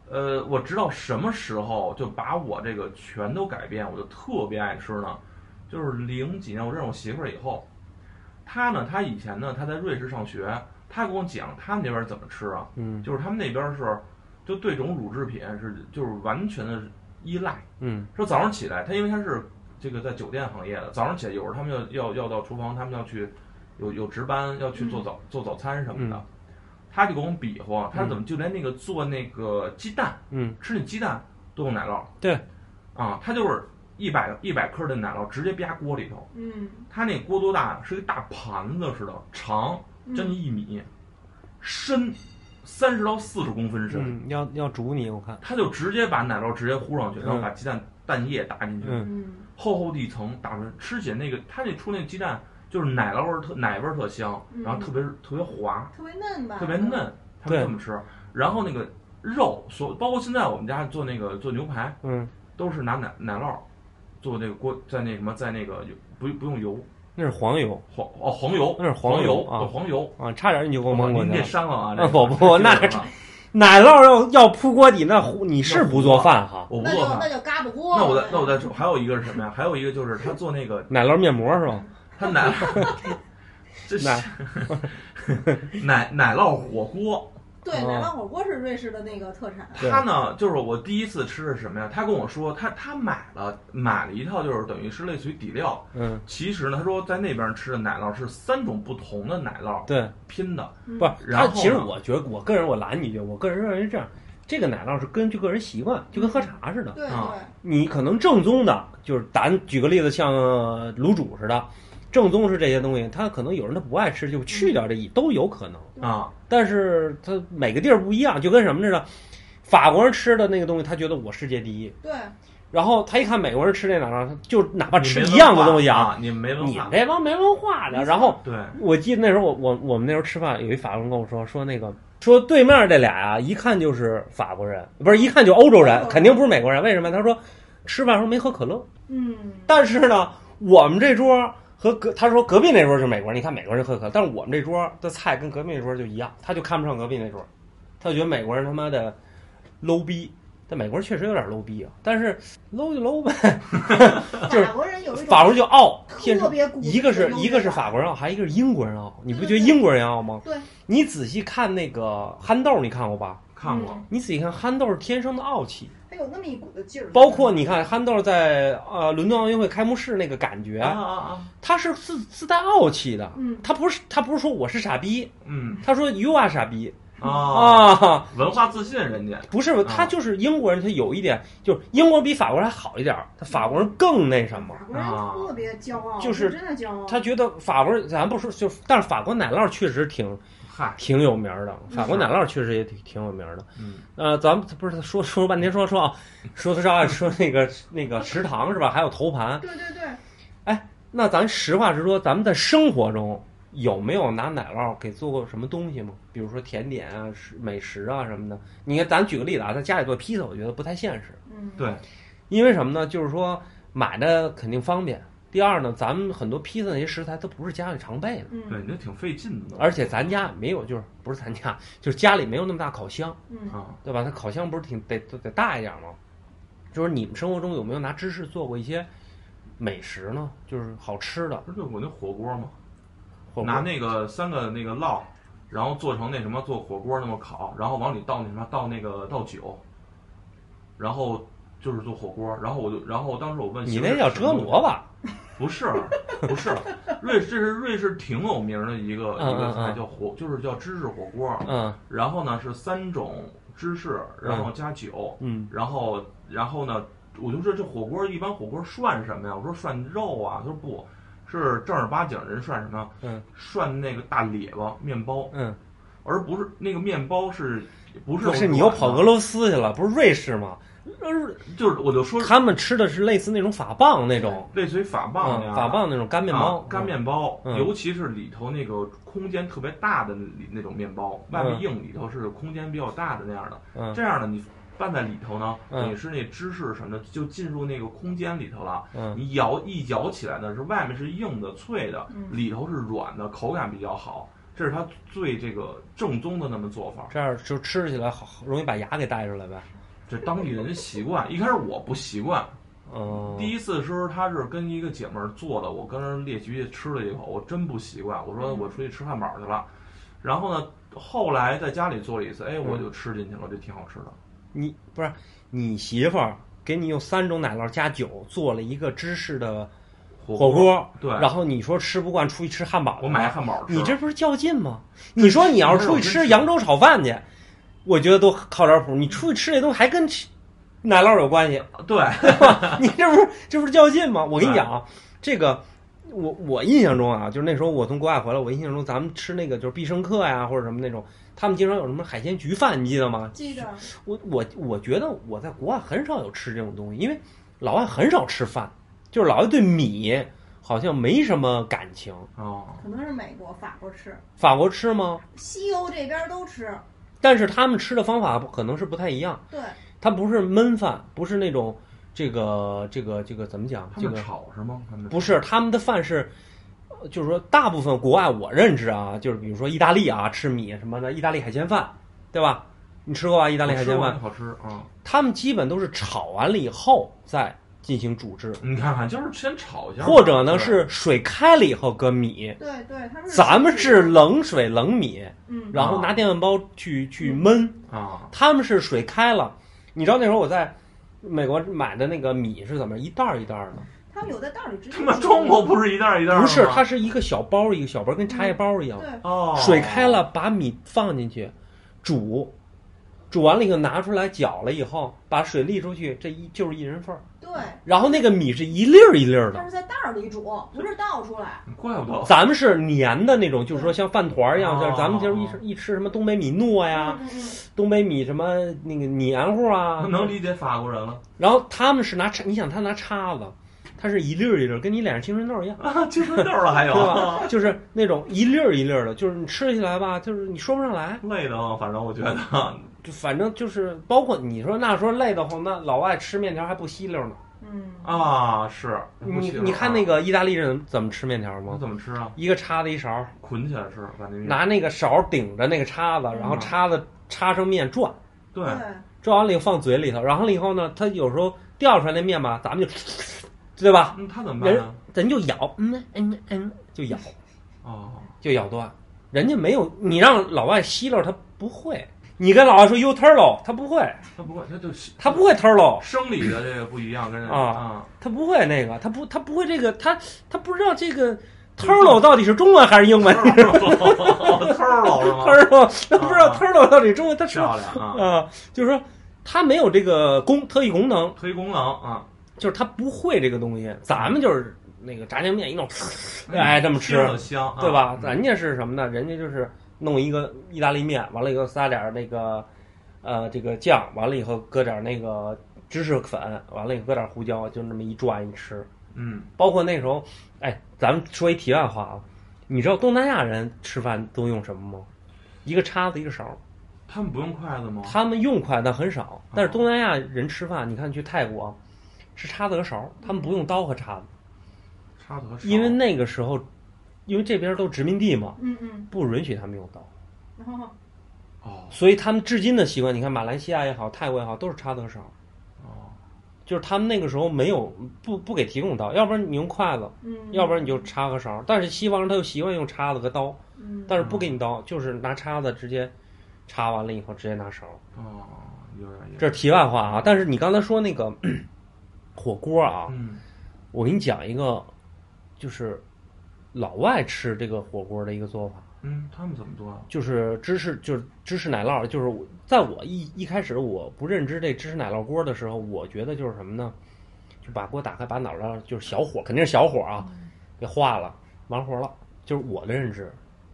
[SPEAKER 2] 呃，我直到什么时候就把我这个全都改变，我就特别爱吃呢。就是零几年我认识我媳妇儿以后，她呢，她以前呢，她在瑞士上学，她跟我讲他们那边怎么吃啊，
[SPEAKER 1] 嗯
[SPEAKER 2] 就是他们那边是，就对这种乳制品是就是完全的依赖。
[SPEAKER 1] 嗯
[SPEAKER 2] 说早上起来，他因为他是这个在酒店行业的，早上起来有时候他们要要要到厨房，他们要去有有值班，要去做早、做早餐什么的。他就跟我比划，他怎么就连那个做那个鸡蛋，
[SPEAKER 1] 嗯，
[SPEAKER 2] 吃那鸡蛋都用奶酪
[SPEAKER 1] 对，
[SPEAKER 2] 啊，他就是一百一百克的奶酪直接啪锅里头，
[SPEAKER 3] 嗯，
[SPEAKER 2] 他那锅多大呀？是一大盘子似的，长
[SPEAKER 3] 嗯
[SPEAKER 2] 将近一米，深三十到四十公分深，
[SPEAKER 1] 嗯，要要煮你，我看，
[SPEAKER 2] 他就直接把奶酪直接糊上去，然后
[SPEAKER 1] 嗯
[SPEAKER 2] 把鸡蛋蛋液打进去，
[SPEAKER 1] 嗯
[SPEAKER 3] 嗯
[SPEAKER 2] 厚厚的一层，打出来吃起来那个，它那出那个鸡蛋就是奶酪味儿特奶味儿特香，
[SPEAKER 3] 嗯
[SPEAKER 2] 然后特别特别滑，
[SPEAKER 3] 特别嫩吧？
[SPEAKER 2] 特别。嫩，他们
[SPEAKER 1] 对
[SPEAKER 2] 这么吃。然后那个肉，所包括现在我们家做那个做牛排，
[SPEAKER 1] 嗯，
[SPEAKER 2] 都是拿奶奶酪做那个锅，在那什么，在那个油不不用油，
[SPEAKER 1] 那是黄油
[SPEAKER 2] 黄哦黄油，
[SPEAKER 1] 那是黄
[SPEAKER 2] 黄
[SPEAKER 1] 油啊
[SPEAKER 2] 有黄油。
[SPEAKER 1] 啊，差点你就给我蒙过
[SPEAKER 2] 您
[SPEAKER 1] 去
[SPEAKER 2] 这
[SPEAKER 1] 了。
[SPEAKER 2] 删了啊！
[SPEAKER 1] 啊
[SPEAKER 2] 这
[SPEAKER 1] 不不那
[SPEAKER 2] 这个
[SPEAKER 1] 奶酪要要铺锅底，那糊你是不做饭哈？
[SPEAKER 2] 我不
[SPEAKER 3] 那
[SPEAKER 2] 做
[SPEAKER 3] 就那
[SPEAKER 2] 饭。
[SPEAKER 3] 就嘎巴锅了。
[SPEAKER 2] 那我再那我再说，还有一个是什么呀？还有一个就是他做那个
[SPEAKER 1] 奶酪面膜是吧？
[SPEAKER 2] 他奶酪，这是
[SPEAKER 1] 奶
[SPEAKER 2] 奶奶酪火锅，
[SPEAKER 3] 对
[SPEAKER 1] 哦
[SPEAKER 3] 奶酪火锅是瑞士的那个特产。
[SPEAKER 1] 对
[SPEAKER 2] 他呢，就是我第一次吃的是什么呀？他跟我说，他他买了买了一套，就是等于是类似于底料。
[SPEAKER 1] 嗯，
[SPEAKER 2] 其实呢，他说在那边吃的奶酪是三种不同的奶酪
[SPEAKER 1] 对，
[SPEAKER 2] 拼的。
[SPEAKER 1] 不是，
[SPEAKER 2] 嗯然
[SPEAKER 1] 他
[SPEAKER 2] 后呢
[SPEAKER 1] 其实我觉得，我个人我拦你一句，我个人认为是这样，这个奶酪是根据个人习惯，就跟喝茶似的。
[SPEAKER 3] 对
[SPEAKER 2] 啊
[SPEAKER 3] 对，
[SPEAKER 1] 你可能正宗的，就是咱举个例子，像呃卤煮似的，正宗是这些东西，他可能有人他不爱吃，就
[SPEAKER 2] 嗯
[SPEAKER 1] 去掉这一都有可能。
[SPEAKER 2] 啊，
[SPEAKER 1] 但是他每个地儿不一样，就跟什么似的，法国人吃的那个东西，他觉得我世界第一，
[SPEAKER 3] 对，
[SPEAKER 1] 然后他一看美国人吃这奶酪，他就哪怕
[SPEAKER 2] 你
[SPEAKER 1] 吃
[SPEAKER 2] 没
[SPEAKER 1] 一
[SPEAKER 2] 文
[SPEAKER 1] 样的
[SPEAKER 2] 化
[SPEAKER 1] 东西啊，
[SPEAKER 2] 啊，你们没文
[SPEAKER 1] 你们
[SPEAKER 2] 化，
[SPEAKER 1] 这帮没文化的，然后。
[SPEAKER 2] 对，
[SPEAKER 1] 我记得那时候我我我们那时候吃饭，有一法国人跟我说说那个说对面这俩啊，一看就是法国人，不是一看就欧洲人，肯定不是美国人。为什么？他说吃饭时候没喝可乐，
[SPEAKER 3] 嗯，
[SPEAKER 1] 但是呢，我们这桌和隔他说隔壁那桌是美国人，你看美国人喝可乐，但是我们这桌的菜跟隔壁那桌就一样，他就看不上隔壁那桌，他就觉得美国人他妈的 low 逼。但美国人确实有点 low 逼啊，但是 low 就 low 呗，就是
[SPEAKER 3] 法国人有一种
[SPEAKER 1] 法国人就傲，天生
[SPEAKER 3] 特别古，
[SPEAKER 1] 一个是一个是法国人傲，还有一个是英国人傲，你不觉得
[SPEAKER 3] 对对对
[SPEAKER 1] 英国人傲吗？
[SPEAKER 3] 对，
[SPEAKER 1] 你仔细看那个憨豆，你看过吧？
[SPEAKER 2] 看过。
[SPEAKER 1] 你仔细看憨豆是天生的傲气，
[SPEAKER 3] 他嗯有那么一股的劲儿。
[SPEAKER 1] 包括你看憨豆在呃伦敦奥运会开幕式那个感觉，
[SPEAKER 2] 啊啊啊！
[SPEAKER 1] 他是自自带傲气的，
[SPEAKER 3] 嗯
[SPEAKER 1] 他不是他不是说我是傻逼，
[SPEAKER 2] 嗯
[SPEAKER 1] 他说 you are 傻逼
[SPEAKER 2] 啊，
[SPEAKER 1] 啊，
[SPEAKER 2] 文化自信人家
[SPEAKER 1] 不
[SPEAKER 3] 啊
[SPEAKER 1] 是他就是英国人，他有一点就是英国比法国人还好一点儿，他法国人更那什么。啊
[SPEAKER 3] 法国人特别骄傲，
[SPEAKER 1] 就是
[SPEAKER 3] 真的骄傲。
[SPEAKER 1] 他觉得法国人，咱不说，就是但是法国奶酪确实挺
[SPEAKER 2] 嗨，
[SPEAKER 1] 挺有名儿的，法国奶酪确实也挺挺有名儿的。
[SPEAKER 2] 嗯，
[SPEAKER 1] 呃，咱们不是说说了半天说说啊，说他是爱说那个那个食堂是吧？还有头盘。
[SPEAKER 3] 对对对，
[SPEAKER 1] 那咱实话实说，咱们在生活中有没有拿奶酪给做过什么东西吗？比如说甜点啊、食美食啊什么的。你看，咱举个例子啊，在家里做披萨，我觉得不太现实，
[SPEAKER 3] 嗯，
[SPEAKER 2] 对，
[SPEAKER 1] 因为什么呢？就是说买的肯定方便。第二呢，咱们很多披萨那些食材都不是家里常备的。
[SPEAKER 2] 对，
[SPEAKER 3] 嗯
[SPEAKER 2] 你这挺费劲的
[SPEAKER 1] 而且咱家也没有，就是不是咱家，就是家里没有那么大烤箱，
[SPEAKER 3] 嗯
[SPEAKER 2] 啊，
[SPEAKER 1] 对吧？它烤箱不是挺得得得大一点吗？就是你们生活中有没有拿芝士做过一些美食呢？就是好吃的
[SPEAKER 2] 不是就我那火锅吗？
[SPEAKER 1] 火锅
[SPEAKER 2] 拿那个三个那个烙，然后做成那什么做火锅那么烤，然后往里倒那什么倒那个倒酒，然后就是做火锅。然后我就然后当时我问
[SPEAKER 1] 你
[SPEAKER 2] 媳妇
[SPEAKER 1] 那
[SPEAKER 2] 儿
[SPEAKER 1] 叫
[SPEAKER 2] 什
[SPEAKER 1] 折
[SPEAKER 2] 么东西
[SPEAKER 1] 萝卜，
[SPEAKER 2] 不是，不是， 瑞这是瑞士挺有名的一个
[SPEAKER 1] 嗯
[SPEAKER 2] 一个菜，
[SPEAKER 1] 嗯嗯
[SPEAKER 2] 叫火，就是叫芝士火锅。
[SPEAKER 1] 嗯
[SPEAKER 2] 然后呢是三种芝士，然后加酒，
[SPEAKER 1] 嗯
[SPEAKER 2] 然后然后呢，我就说这火锅一般火锅涮什么呀？我说涮肉啊，他说不是正儿八经人涮什么呀？
[SPEAKER 1] 嗯
[SPEAKER 2] 涮那个大列巴面包，
[SPEAKER 1] 嗯，
[SPEAKER 2] 而不是那个面包是不是
[SPEAKER 1] 不是你又跑俄
[SPEAKER 2] 罗，
[SPEAKER 1] 罗斯去了，不是瑞士吗？
[SPEAKER 2] 就是我就说
[SPEAKER 1] 他们吃的是类似那种法棒那种，
[SPEAKER 2] 类似于法棒呀、
[SPEAKER 1] 嗯，法棒那种干面包
[SPEAKER 2] 啊，干面包，
[SPEAKER 1] 嗯
[SPEAKER 2] 尤其是里头那个空间特别大的那那种面包，外面硬，里头是空间比较大的那样的。
[SPEAKER 1] 嗯，
[SPEAKER 2] 这样的你拌在里头呢，
[SPEAKER 1] 嗯
[SPEAKER 2] 你是那芝士什么的就进入那个空间里头了。
[SPEAKER 1] 嗯
[SPEAKER 2] 你咬一咬起来呢，是外面是硬的脆的，
[SPEAKER 3] 嗯
[SPEAKER 2] 里头是软的，口感比较好。这是它最这个正宗的那么做法，
[SPEAKER 1] 这样就吃起来好容易把牙给带出来呗。
[SPEAKER 2] 这当地人的习惯。一开始我不习惯，
[SPEAKER 1] 嗯，
[SPEAKER 2] 第一次的时候，他是跟一个姐们儿做的，我跟人猎奇去吃了一口，我真不习惯。我说
[SPEAKER 3] 嗯
[SPEAKER 2] 我出去吃汉堡去了，然后呢，后来在家里做了一次，
[SPEAKER 3] 嗯
[SPEAKER 2] 哎，我就吃进去了，就挺好吃的。
[SPEAKER 1] 你不是你媳妇儿给你用三种奶酪加酒做了一个芝士的火锅，
[SPEAKER 2] 对
[SPEAKER 1] 然后你说吃不惯，出去吃汉堡，
[SPEAKER 2] 我买汉堡吃，
[SPEAKER 1] 你这不是较劲吗？你说你要是出去吃扬州炒饭去，我觉得都靠点谱。你出去吃这东西还跟吃奶酪有关 系，
[SPEAKER 2] 对，
[SPEAKER 1] 你这不是这不是较劲吗？我跟你讲啊，这个我我印象中啊，就是那时候我从国外回来，我印象中咱们吃那个就是必胜客呀或者什么那种，他们经常有什么海鲜焗饭，你记得吗？
[SPEAKER 3] 记得
[SPEAKER 1] 我我我觉得我在国外很少有吃这种东西，因为老外很少吃饭，就是老外对米好像没什么感情。
[SPEAKER 2] 哦，
[SPEAKER 3] 可能是美国、法国吃，
[SPEAKER 1] 法国吃吗？
[SPEAKER 3] 西欧这边都吃。
[SPEAKER 1] 但是他们吃的方法可能是不太一样，
[SPEAKER 3] 对，
[SPEAKER 1] 它不是焖饭，不是那种这个这个这个怎么讲？
[SPEAKER 2] 他
[SPEAKER 1] 这
[SPEAKER 2] 们
[SPEAKER 1] 个
[SPEAKER 2] 炒是吗？他们
[SPEAKER 1] 不是他们的饭是，呃就是说大部分国外我认知啊，就是比如说意大利啊，吃米什么的，意大利海鲜饭，对吧？你吃过吧？意大利海鲜
[SPEAKER 2] 我吃过
[SPEAKER 1] 饭，
[SPEAKER 2] 好吃啊！
[SPEAKER 1] 他们基本都是炒完了以后再进行煮制。
[SPEAKER 2] 你看看，就是先炒一下嘛，
[SPEAKER 1] 或者呢
[SPEAKER 2] 对
[SPEAKER 1] 是水开了以后搁米，
[SPEAKER 3] 对对，他们
[SPEAKER 1] 咱们是冷水冷米，
[SPEAKER 3] 嗯
[SPEAKER 1] 然后拿电饭煲去去焖。
[SPEAKER 2] 啊，
[SPEAKER 1] 他们是水开了，你知道那时候我在美国买的那个米是怎么一袋儿一袋儿的？
[SPEAKER 3] 他们有的袋儿里直接
[SPEAKER 2] 他妈中国不是一袋儿一袋儿的吗
[SPEAKER 1] 不是，它是一个小包一个小包，跟茶叶包一样。
[SPEAKER 3] 对
[SPEAKER 2] 哦，
[SPEAKER 1] 水开了，把米放进去，煮，煮完了以后拿出来搅了以后，把水沥出去，这一就是一人份儿。
[SPEAKER 3] 对，
[SPEAKER 1] 然后那个米是一粒儿一粒儿的
[SPEAKER 3] 它，是在袋儿里煮，不是倒出来。
[SPEAKER 2] 怪不得
[SPEAKER 1] 咱们是粘的那种，就是说像饭团儿一样，
[SPEAKER 2] 哦
[SPEAKER 1] 就是咱们就是一吃一吃什么东北米糯呀，
[SPEAKER 3] 嗯嗯嗯
[SPEAKER 1] 东北米什么那个黏糊啊，
[SPEAKER 2] 能理解法国人了
[SPEAKER 1] 然后他们是拿叉，你想他拿叉子，他是一粒儿一粒儿，跟你脸上青春痘一样，
[SPEAKER 2] 啊，青春痘了还有
[SPEAKER 1] 对吧？就是那种一粒儿一粒儿的，就是你吃起来吧，就是你说不上来，
[SPEAKER 2] 累的慌，反正我觉得
[SPEAKER 1] 就反正就是包括你说那时候累得慌，那老外吃面条还不吸溜呢。
[SPEAKER 3] 嗯，
[SPEAKER 2] 啊是。不啊
[SPEAKER 1] 你
[SPEAKER 2] 行
[SPEAKER 1] 你看那个意大利人怎么吃面条
[SPEAKER 2] 啊，
[SPEAKER 1] 吗？
[SPEAKER 2] 怎么吃啊？
[SPEAKER 1] 一个叉子一勺，
[SPEAKER 2] 捆起来吃，把那面
[SPEAKER 1] 拿那个勺顶着那个叉子，然后
[SPEAKER 2] 嗯
[SPEAKER 1] 叉子插上面转。
[SPEAKER 2] 对
[SPEAKER 3] 嗯
[SPEAKER 1] 转完了以后放嘴里头，然后了以后呢，它有时候掉出来那面吧，咱们就，对吧？
[SPEAKER 2] 那他怎么办啊？
[SPEAKER 1] 咱就咬，嗯嗯嗯，就咬，
[SPEAKER 2] 哦，
[SPEAKER 1] 就咬断。人家没有，你让老外吸溜，他不会。你跟老外说 “you turtle”，他不会，
[SPEAKER 2] 他不会，他就是
[SPEAKER 1] 他不会 turtle，
[SPEAKER 2] 生理的这个不一样，跟人
[SPEAKER 1] 啊
[SPEAKER 2] 啊
[SPEAKER 1] 他不会那个，他不，他不会这个，他他不知道这个 turtle 到底是中文还是英文
[SPEAKER 2] 偷儿了，偷儿了 是吗？
[SPEAKER 1] ，turtle 他不知道
[SPEAKER 2] 啊
[SPEAKER 1] turtle 到底中文，他 说
[SPEAKER 2] 漂亮啊，
[SPEAKER 1] 啊，就是说他没有这个功特异功能，
[SPEAKER 2] 推功能啊，
[SPEAKER 1] 就是他不会这个东西，咱们就是那个炸酱面一弄，哎，这么吃
[SPEAKER 2] 听，着香，啊
[SPEAKER 1] 对吧？
[SPEAKER 2] 嗯
[SPEAKER 1] 人家是什么呢？人家就是弄一个意大利面，完了以后撒点儿那个，呃，这个酱，完了以后搁点儿那个芝士粉，完了以后搁点儿胡椒，就那么一转一吃。
[SPEAKER 2] 嗯，
[SPEAKER 1] 包括那时候，哎，咱们说一题外话啊，你知道东南亚人吃饭都用什么吗？一个叉子，一个
[SPEAKER 2] 哦
[SPEAKER 1] 勺。
[SPEAKER 2] 他们不用筷子吗？
[SPEAKER 1] 他们用筷子很
[SPEAKER 2] 哦
[SPEAKER 1] 少，但是东南亚人吃饭，你看去泰国，是叉子和勺，他们不用刀和叉
[SPEAKER 2] 哦
[SPEAKER 1] 子，
[SPEAKER 2] 插头，
[SPEAKER 1] 因为那个时候，因为这边都殖民地嘛，
[SPEAKER 3] 嗯嗯，
[SPEAKER 1] 不允许他们用刀，
[SPEAKER 3] 然后
[SPEAKER 2] 哦
[SPEAKER 1] 所以他们至今的习惯，你看马来西亚也好，泰国也好，都是叉子和勺，
[SPEAKER 2] 哦，
[SPEAKER 1] 就是他们那个时候没有不不给提供刀，要不然你用筷子，
[SPEAKER 3] 嗯，
[SPEAKER 1] 要不然你就叉和勺。但是西方人他又习惯用叉子和刀，
[SPEAKER 3] 嗯，
[SPEAKER 1] 但是不给你刀，就是拿叉子直接叉完了以后直接拿勺。
[SPEAKER 2] 哦，有点意思。
[SPEAKER 1] 这是题外话啊。但是你刚才说那个 火锅啊，
[SPEAKER 2] 嗯，
[SPEAKER 1] 我给你讲一个，就是老外吃这个火锅的一个做法，
[SPEAKER 2] 嗯，他们怎么做啊？
[SPEAKER 1] 就是芝士，就是芝士奶酪，就是我在我一一开始我不认知这芝士奶酪锅的时候，我觉得就是什么呢？就把锅打开，把奶酪就是小火，肯定是小火啊，给化了，完活了，就是我的认知。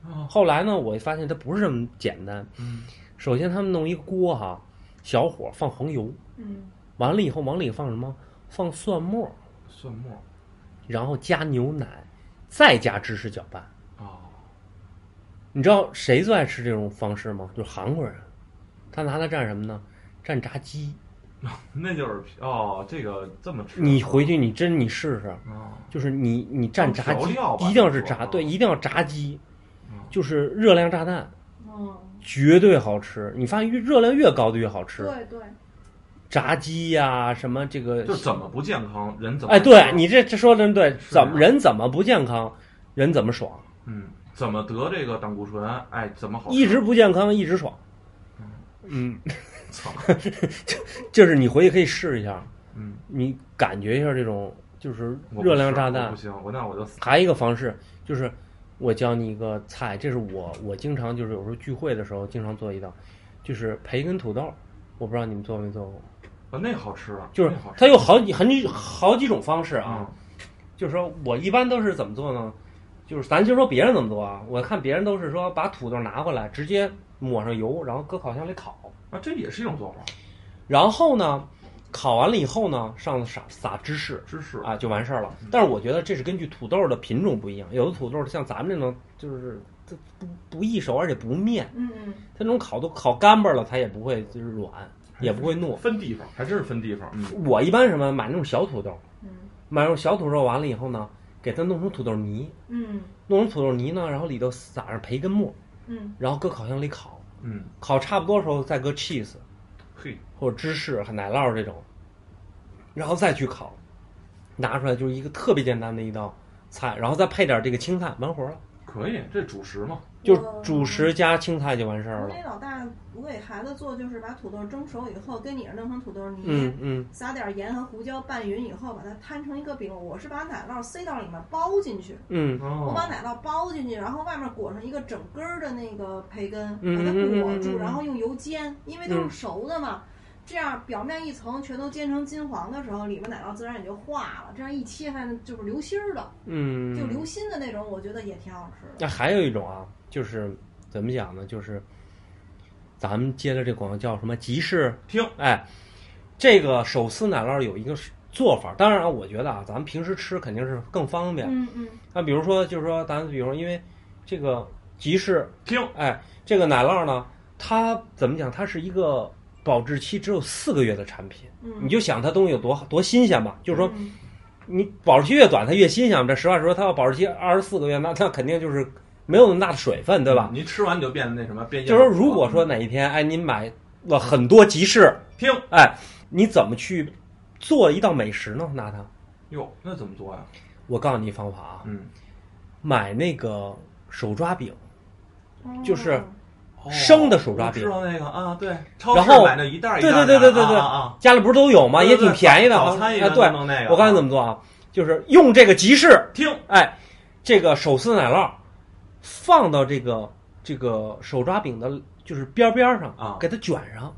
[SPEAKER 2] 哦，
[SPEAKER 1] 后来呢，我发现它不是这么简单。
[SPEAKER 2] 嗯，
[SPEAKER 1] 首先他们弄一个锅哈、小火放红油，
[SPEAKER 3] 嗯
[SPEAKER 1] 完了以后往里放什么？放蒜末，
[SPEAKER 2] 蒜末。
[SPEAKER 1] 然后加牛奶，再加芝士搅拌。
[SPEAKER 2] 哦，
[SPEAKER 1] 你知道谁最爱吃这种方式吗？就是韩国人，他拿它蘸什么呢？蘸炸鸡。
[SPEAKER 2] 那就是哦，这个这么吃。
[SPEAKER 1] 你回去你真你试试，
[SPEAKER 2] 哦，
[SPEAKER 1] 就是你你蘸炸
[SPEAKER 2] 调
[SPEAKER 1] 鸡
[SPEAKER 2] 料，吧
[SPEAKER 1] 一定要是
[SPEAKER 2] 就是
[SPEAKER 1] 炸，
[SPEAKER 2] 啊
[SPEAKER 1] 对，一定要炸鸡
[SPEAKER 2] 嗯，
[SPEAKER 1] 就是热量炸弹，
[SPEAKER 3] 嗯，
[SPEAKER 1] 绝对好吃。你发现越热量越高的越好吃，
[SPEAKER 3] 对对，
[SPEAKER 1] 炸鸡呀、什么这个
[SPEAKER 2] 就是怎么不健康，人怎么
[SPEAKER 1] 哎，对你这这说的真对，
[SPEAKER 2] 是啊
[SPEAKER 1] 怎么人怎么不健康，人怎么爽，
[SPEAKER 2] 嗯，怎么得这个胆固醇？哎，怎么好吃？
[SPEAKER 1] 一直不健康一直爽，嗯，
[SPEAKER 2] 操，
[SPEAKER 1] 就是你回去可以试一下，
[SPEAKER 2] 嗯，
[SPEAKER 1] 你感觉一下这种就是
[SPEAKER 2] 我不
[SPEAKER 1] 热量
[SPEAKER 2] 吃
[SPEAKER 1] 炸
[SPEAKER 2] 我
[SPEAKER 1] 弹
[SPEAKER 2] 不。行，我那我就死。
[SPEAKER 1] 还有一个方式就是，我教你一个菜，这是我我经常就是有时候聚会的时候经常做一道，就是培根土豆。我不知道你们做没做过，
[SPEAKER 2] 啊，那好吃，
[SPEAKER 1] 就是
[SPEAKER 2] 那好吃
[SPEAKER 1] 它有好几很几好几种方式啊。
[SPEAKER 2] 啊，
[SPEAKER 1] 就是说我一般都是怎么做呢？就是咱就说别人怎么做啊，我看别人都是说把土豆拿过来，直接抹上油，然后搁烤箱里烤。
[SPEAKER 2] 啊，这也是一种做法，
[SPEAKER 1] 然后呢，烤完了以后呢，上撒撒芝士，
[SPEAKER 2] 芝士
[SPEAKER 1] 啊，就完事儿了。但是我觉得这是根据土豆的品种不一样，有的土豆像咱们这种就是这不不易熟，而且不面，
[SPEAKER 3] 嗯嗯，
[SPEAKER 1] 它那种烤都烤干巴了，它也不会就是软，也不会糯。
[SPEAKER 2] 分地方，还真是分地方。嗯，
[SPEAKER 1] 我一般什么买那种小土豆，
[SPEAKER 3] 嗯
[SPEAKER 1] 买那种小土豆完了以后呢，给它弄成土豆泥，
[SPEAKER 3] 嗯
[SPEAKER 1] 弄成土豆泥呢，然后里头撒上培根末，
[SPEAKER 3] 嗯
[SPEAKER 1] 然后搁烤箱里烤，
[SPEAKER 2] 嗯，
[SPEAKER 1] 烤差不多的时候再搁 cheese
[SPEAKER 2] 嘿，
[SPEAKER 1] 或者芝士和奶酪这种，然后再去烤，拿出来就是一个特别简单的一道菜，然后再配点这个青菜，完活了。
[SPEAKER 2] 可以，这主食嘛，
[SPEAKER 1] 就是主食加青菜就完事儿
[SPEAKER 3] 我
[SPEAKER 1] 了
[SPEAKER 3] 给。老大，我给孩子做就是把土豆蒸熟以后，跟你是弄成土豆泥，
[SPEAKER 1] 嗯嗯，
[SPEAKER 3] 撒点盐和胡椒拌匀以后，把它摊成一个饼。我是把奶酪塞到里面包进去，
[SPEAKER 1] 嗯
[SPEAKER 3] 我把
[SPEAKER 2] 哦，
[SPEAKER 3] 奶酪包进去，然后外面裹上一个整根儿的那个培根，
[SPEAKER 1] 嗯
[SPEAKER 3] 把它裹
[SPEAKER 1] 嗯嗯嗯
[SPEAKER 3] 住，
[SPEAKER 1] 嗯
[SPEAKER 3] 然后用油煎，因为都是熟的嘛。这样表面一层全都煎成金黄的时候，里面奶酪自然也就化了。这样一切开就是流心儿的，
[SPEAKER 1] 嗯，
[SPEAKER 3] 就流心的那种，我觉得也挺好吃的。
[SPEAKER 1] 那还有一种啊，就是怎么讲呢？就是咱们接的这广告叫什么集市？
[SPEAKER 2] 听，
[SPEAKER 1] 哎，这个手撕奶酪有一个做法，当然啊我觉得啊，咱们平时吃肯定是更方便。
[SPEAKER 3] 嗯嗯
[SPEAKER 1] 那比如说，就是说，咱比如说，因为这个集市，
[SPEAKER 2] 听，
[SPEAKER 1] 哎，这个奶酪呢，它怎么讲？它是一个保质期只有四个月的产品，
[SPEAKER 3] 嗯，
[SPEAKER 1] 你就想它东西有多多新鲜吧，就是说。
[SPEAKER 3] 嗯
[SPEAKER 1] 你保质期越短，它越新鲜。这实话实说，它要保质期二十四个月，那那肯定就是没有那么大的水分，对吧？
[SPEAKER 2] 你吃完你就变那什么，变
[SPEAKER 1] 就是说，如果说哪一天，哎，您买了很多集市，
[SPEAKER 2] 听，
[SPEAKER 1] 哎，你怎么去做一道美食呢？拿它，
[SPEAKER 2] 哟，那怎么做呀？
[SPEAKER 1] 我告诉你方法啊，
[SPEAKER 2] 嗯，
[SPEAKER 1] 买那个手抓饼，
[SPEAKER 3] 哦
[SPEAKER 1] 就是
[SPEAKER 2] 哦
[SPEAKER 1] 生的手抓饼
[SPEAKER 2] 我知道那个啊，对，超
[SPEAKER 1] 然
[SPEAKER 2] 市
[SPEAKER 1] 后
[SPEAKER 2] 买那一袋儿一
[SPEAKER 1] 对
[SPEAKER 2] 袋儿
[SPEAKER 1] 对对
[SPEAKER 2] 的
[SPEAKER 1] 对对对
[SPEAKER 2] 啊啊啊，
[SPEAKER 1] 家里不是都有吗？
[SPEAKER 2] 对
[SPEAKER 1] 也
[SPEAKER 2] 对
[SPEAKER 1] 挺便宜的。
[SPEAKER 2] 早早餐一
[SPEAKER 1] 哎，
[SPEAKER 2] 般
[SPEAKER 1] 对
[SPEAKER 2] 都，弄那个。
[SPEAKER 1] 我告诉你怎么
[SPEAKER 2] 么
[SPEAKER 1] 做啊，就是用这个集市，
[SPEAKER 2] 听，
[SPEAKER 1] 哎，这个手撕奶酪放到这个这个手抓饼的，就是边边儿上
[SPEAKER 2] 啊
[SPEAKER 1] 给它卷上，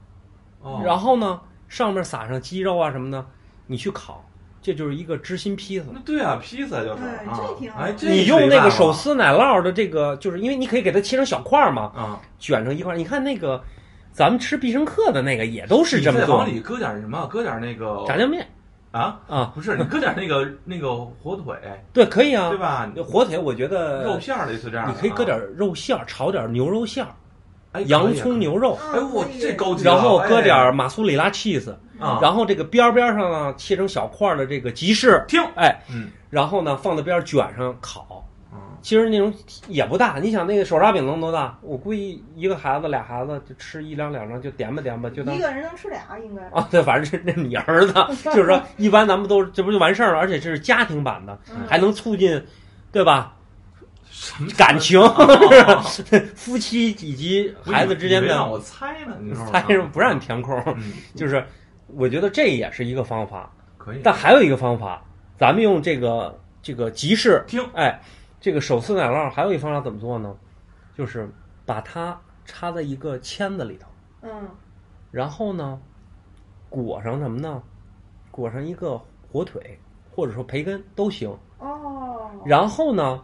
[SPEAKER 2] 哦
[SPEAKER 1] 然后呢上面撒上鸡肉啊什么的，你去烤，这就是一个芝心披萨。
[SPEAKER 2] 那对啊，披萨就是
[SPEAKER 3] 对
[SPEAKER 2] 啊
[SPEAKER 3] 这挺好
[SPEAKER 2] 哎，这
[SPEAKER 1] 你
[SPEAKER 2] 是
[SPEAKER 1] 用
[SPEAKER 2] 一
[SPEAKER 1] 那个
[SPEAKER 2] 办法
[SPEAKER 1] 手撕奶酪的这个，就是因为你可以给它切成小块儿嘛，
[SPEAKER 2] 啊，
[SPEAKER 1] 卷成一块儿。你看那个，咱们吃必胜客的那个也都是这么
[SPEAKER 2] 你再
[SPEAKER 1] 做
[SPEAKER 2] 往，里搁点什么？搁点那个
[SPEAKER 1] 炸酱面
[SPEAKER 2] 啊？
[SPEAKER 1] 啊，
[SPEAKER 2] 不是，你搁点那个那个火腿，
[SPEAKER 1] 对，可以啊
[SPEAKER 2] 对。吧？
[SPEAKER 1] 火腿我觉得
[SPEAKER 2] 肉片儿类似这样的
[SPEAKER 1] 你
[SPEAKER 2] 啊，
[SPEAKER 1] 可以搁点肉馅儿，炒点牛肉馅儿，
[SPEAKER 2] 哎
[SPEAKER 1] 洋葱。牛
[SPEAKER 3] 哦
[SPEAKER 1] 肉，
[SPEAKER 2] 可以可以哎，我这高级了。
[SPEAKER 1] 然后搁点
[SPEAKER 2] 哎
[SPEAKER 1] 儿马苏里拉 cheese，
[SPEAKER 2] 啊，
[SPEAKER 1] 然后这个边儿边儿上啊呢切成小块儿的这个吉士，
[SPEAKER 2] 听，
[SPEAKER 1] 哎，
[SPEAKER 2] 嗯
[SPEAKER 1] 然后呢放在边儿卷上烤，
[SPEAKER 2] 嗯
[SPEAKER 1] 其实那种也不大，你想那个手抓饼能多大？我估计一个孩子、俩孩子就吃一两两张，就点吧点吧，就当
[SPEAKER 3] 一个人能吃俩应该。
[SPEAKER 1] 啊，对，反正是那你儿子，就是说一般咱们都这不就完事儿了，而且这是家庭版的，
[SPEAKER 3] 嗯
[SPEAKER 1] 还能促进，对吧？
[SPEAKER 2] 什么
[SPEAKER 1] 感情
[SPEAKER 2] 啊啊啊
[SPEAKER 1] 夫妻以及孩子之间
[SPEAKER 2] 我以为让
[SPEAKER 1] 的
[SPEAKER 2] 我猜呢，你说
[SPEAKER 1] 猜上不让你填空，
[SPEAKER 2] 嗯，
[SPEAKER 1] 就是我觉得这也是一个方法。
[SPEAKER 2] 可以。
[SPEAKER 1] 但还有一个方法，咱们用这个这个集市
[SPEAKER 2] 听，
[SPEAKER 1] 哎，这个手撕奶酪还有一方法怎么做呢？就是把它插在一个签子里头，
[SPEAKER 3] 嗯，
[SPEAKER 1] 然后呢，裹上什么呢？裹上一个火腿或者说培根都行。
[SPEAKER 3] 哦，
[SPEAKER 1] 然后呢，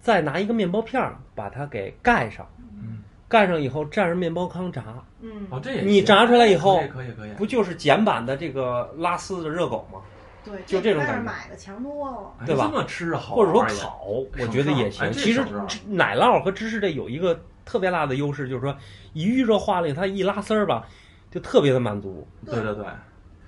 [SPEAKER 1] 再拿一个面包片儿把它给盖上，
[SPEAKER 2] 嗯，
[SPEAKER 1] 盖上以后蘸着面包糠炸，
[SPEAKER 3] 嗯，
[SPEAKER 2] 哦，这也
[SPEAKER 1] 你
[SPEAKER 2] 行
[SPEAKER 1] 炸出来以后
[SPEAKER 2] 可以可以可以。
[SPEAKER 1] 不就是简版的这个拉丝的热狗吗？
[SPEAKER 3] 对，
[SPEAKER 1] 就这
[SPEAKER 3] 这
[SPEAKER 1] 种
[SPEAKER 3] 比外
[SPEAKER 1] 感
[SPEAKER 3] 面
[SPEAKER 1] 觉哦
[SPEAKER 3] 买的强多了。
[SPEAKER 2] 哎
[SPEAKER 1] 对吧
[SPEAKER 2] 这么吃好
[SPEAKER 1] 或
[SPEAKER 2] 玩
[SPEAKER 1] 者
[SPEAKER 2] 儿
[SPEAKER 1] 说
[SPEAKER 2] 呀，
[SPEAKER 1] 烤，我觉得也行。
[SPEAKER 2] 省事儿哎
[SPEAKER 1] 其实
[SPEAKER 2] 这省事
[SPEAKER 1] 奶酪和芝士这有一个特别大的优势，就是说一预热化了以后，它一拉丝儿吧，就特别的满足。
[SPEAKER 2] 对对对，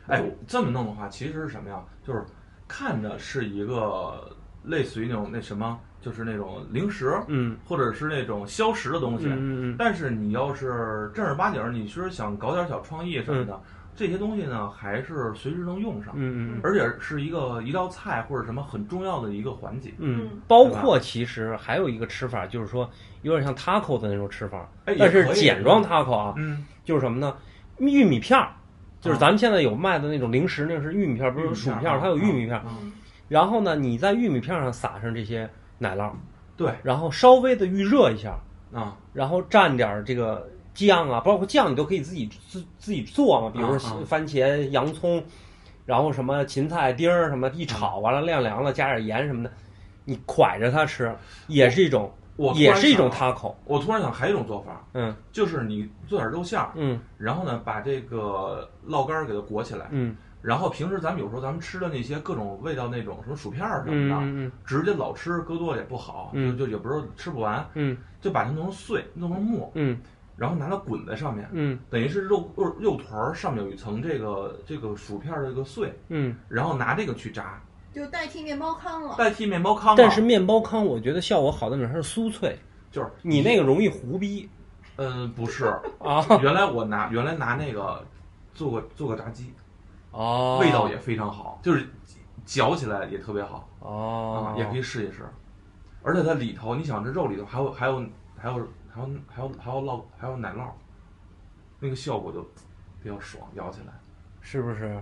[SPEAKER 2] 哎，我这么弄的话，其实是什么呀？就是看着是一个类似于那种那什么，就是那种零食，
[SPEAKER 1] 嗯
[SPEAKER 2] 或者是那种消食的东西。
[SPEAKER 1] 嗯嗯
[SPEAKER 2] 但是你要是正儿八经儿，你是想搞点小创意什么的，这些东西呢，还是随时能用上，
[SPEAKER 1] 嗯嗯
[SPEAKER 2] 而且是一个一道菜或者什么很重要的一个环节。
[SPEAKER 1] 嗯
[SPEAKER 3] 嗯，
[SPEAKER 1] 包括其实还有一个吃法，就是说有点像 taco 的那种吃法，
[SPEAKER 2] 哎，也
[SPEAKER 1] 但是
[SPEAKER 2] 可以
[SPEAKER 1] 简装 taco 啊，
[SPEAKER 2] 嗯，
[SPEAKER 1] 就是什么呢？玉米片儿，就是咱们现在有卖的那种零食，那是啊玉米片儿，不是有薯片儿，啊它有玉米片儿。
[SPEAKER 2] 嗯
[SPEAKER 3] 嗯
[SPEAKER 1] 然后呢，你在玉米片儿上撒上这些奶酪，
[SPEAKER 2] 对
[SPEAKER 1] 然后稍微的预热一下，
[SPEAKER 2] 啊，
[SPEAKER 1] 然后蘸点儿这个酱啊，包括酱你都可以自己自自己做嘛，比如
[SPEAKER 2] 啊
[SPEAKER 1] 说
[SPEAKER 2] 啊
[SPEAKER 1] 番茄、洋葱，然后什么芹菜丁儿什么，一炒完了晾凉了，加点盐什么的，你蒯着它吃，也是一种，
[SPEAKER 2] 我突
[SPEAKER 1] 也
[SPEAKER 2] 然
[SPEAKER 1] 是一
[SPEAKER 2] 想
[SPEAKER 1] 种
[SPEAKER 2] 到
[SPEAKER 1] taco。
[SPEAKER 2] 我突然想，还有一种做法，
[SPEAKER 1] 嗯
[SPEAKER 2] 就是你做点肉馅儿，
[SPEAKER 1] 嗯
[SPEAKER 2] 然后呢，把这个烙干儿给它裹起来，
[SPEAKER 1] 嗯
[SPEAKER 2] 然后平时咱们有时候咱们吃的那些各种味道那种什么薯片儿
[SPEAKER 1] 嗯
[SPEAKER 2] 什么的，
[SPEAKER 1] 嗯
[SPEAKER 2] 直接老吃搁多了也不好，
[SPEAKER 1] 嗯
[SPEAKER 2] 就就也不是吃不完，
[SPEAKER 1] 嗯
[SPEAKER 2] 就把它弄成碎，弄成沫，
[SPEAKER 1] 嗯
[SPEAKER 2] 然后拿它滚在上面，
[SPEAKER 1] 嗯
[SPEAKER 2] 等于是肉肉肉团儿上面有一层这个这个薯片儿的这个碎，
[SPEAKER 1] 嗯，
[SPEAKER 2] 然后拿这个去炸，
[SPEAKER 3] 就代替面包糠了。
[SPEAKER 2] 代替面包糠嘛。
[SPEAKER 1] 但是面包糠我觉得效果好在哪儿？它是酥脆，
[SPEAKER 2] 就是
[SPEAKER 1] 你那个容易糊逼
[SPEAKER 2] 嗯不是，
[SPEAKER 1] 啊。
[SPEAKER 2] 原来我拿原来拿那个做过做过炸鸡，
[SPEAKER 1] 哦
[SPEAKER 2] 味道也非常好，就是嚼起来也特别好
[SPEAKER 1] 哦
[SPEAKER 2] 啊，，也可以试一试。而且它里头，你想这肉里头还有还有还有还有还有还有酪还有奶酪，那个效果就比较爽，咬起来。
[SPEAKER 1] 是不是？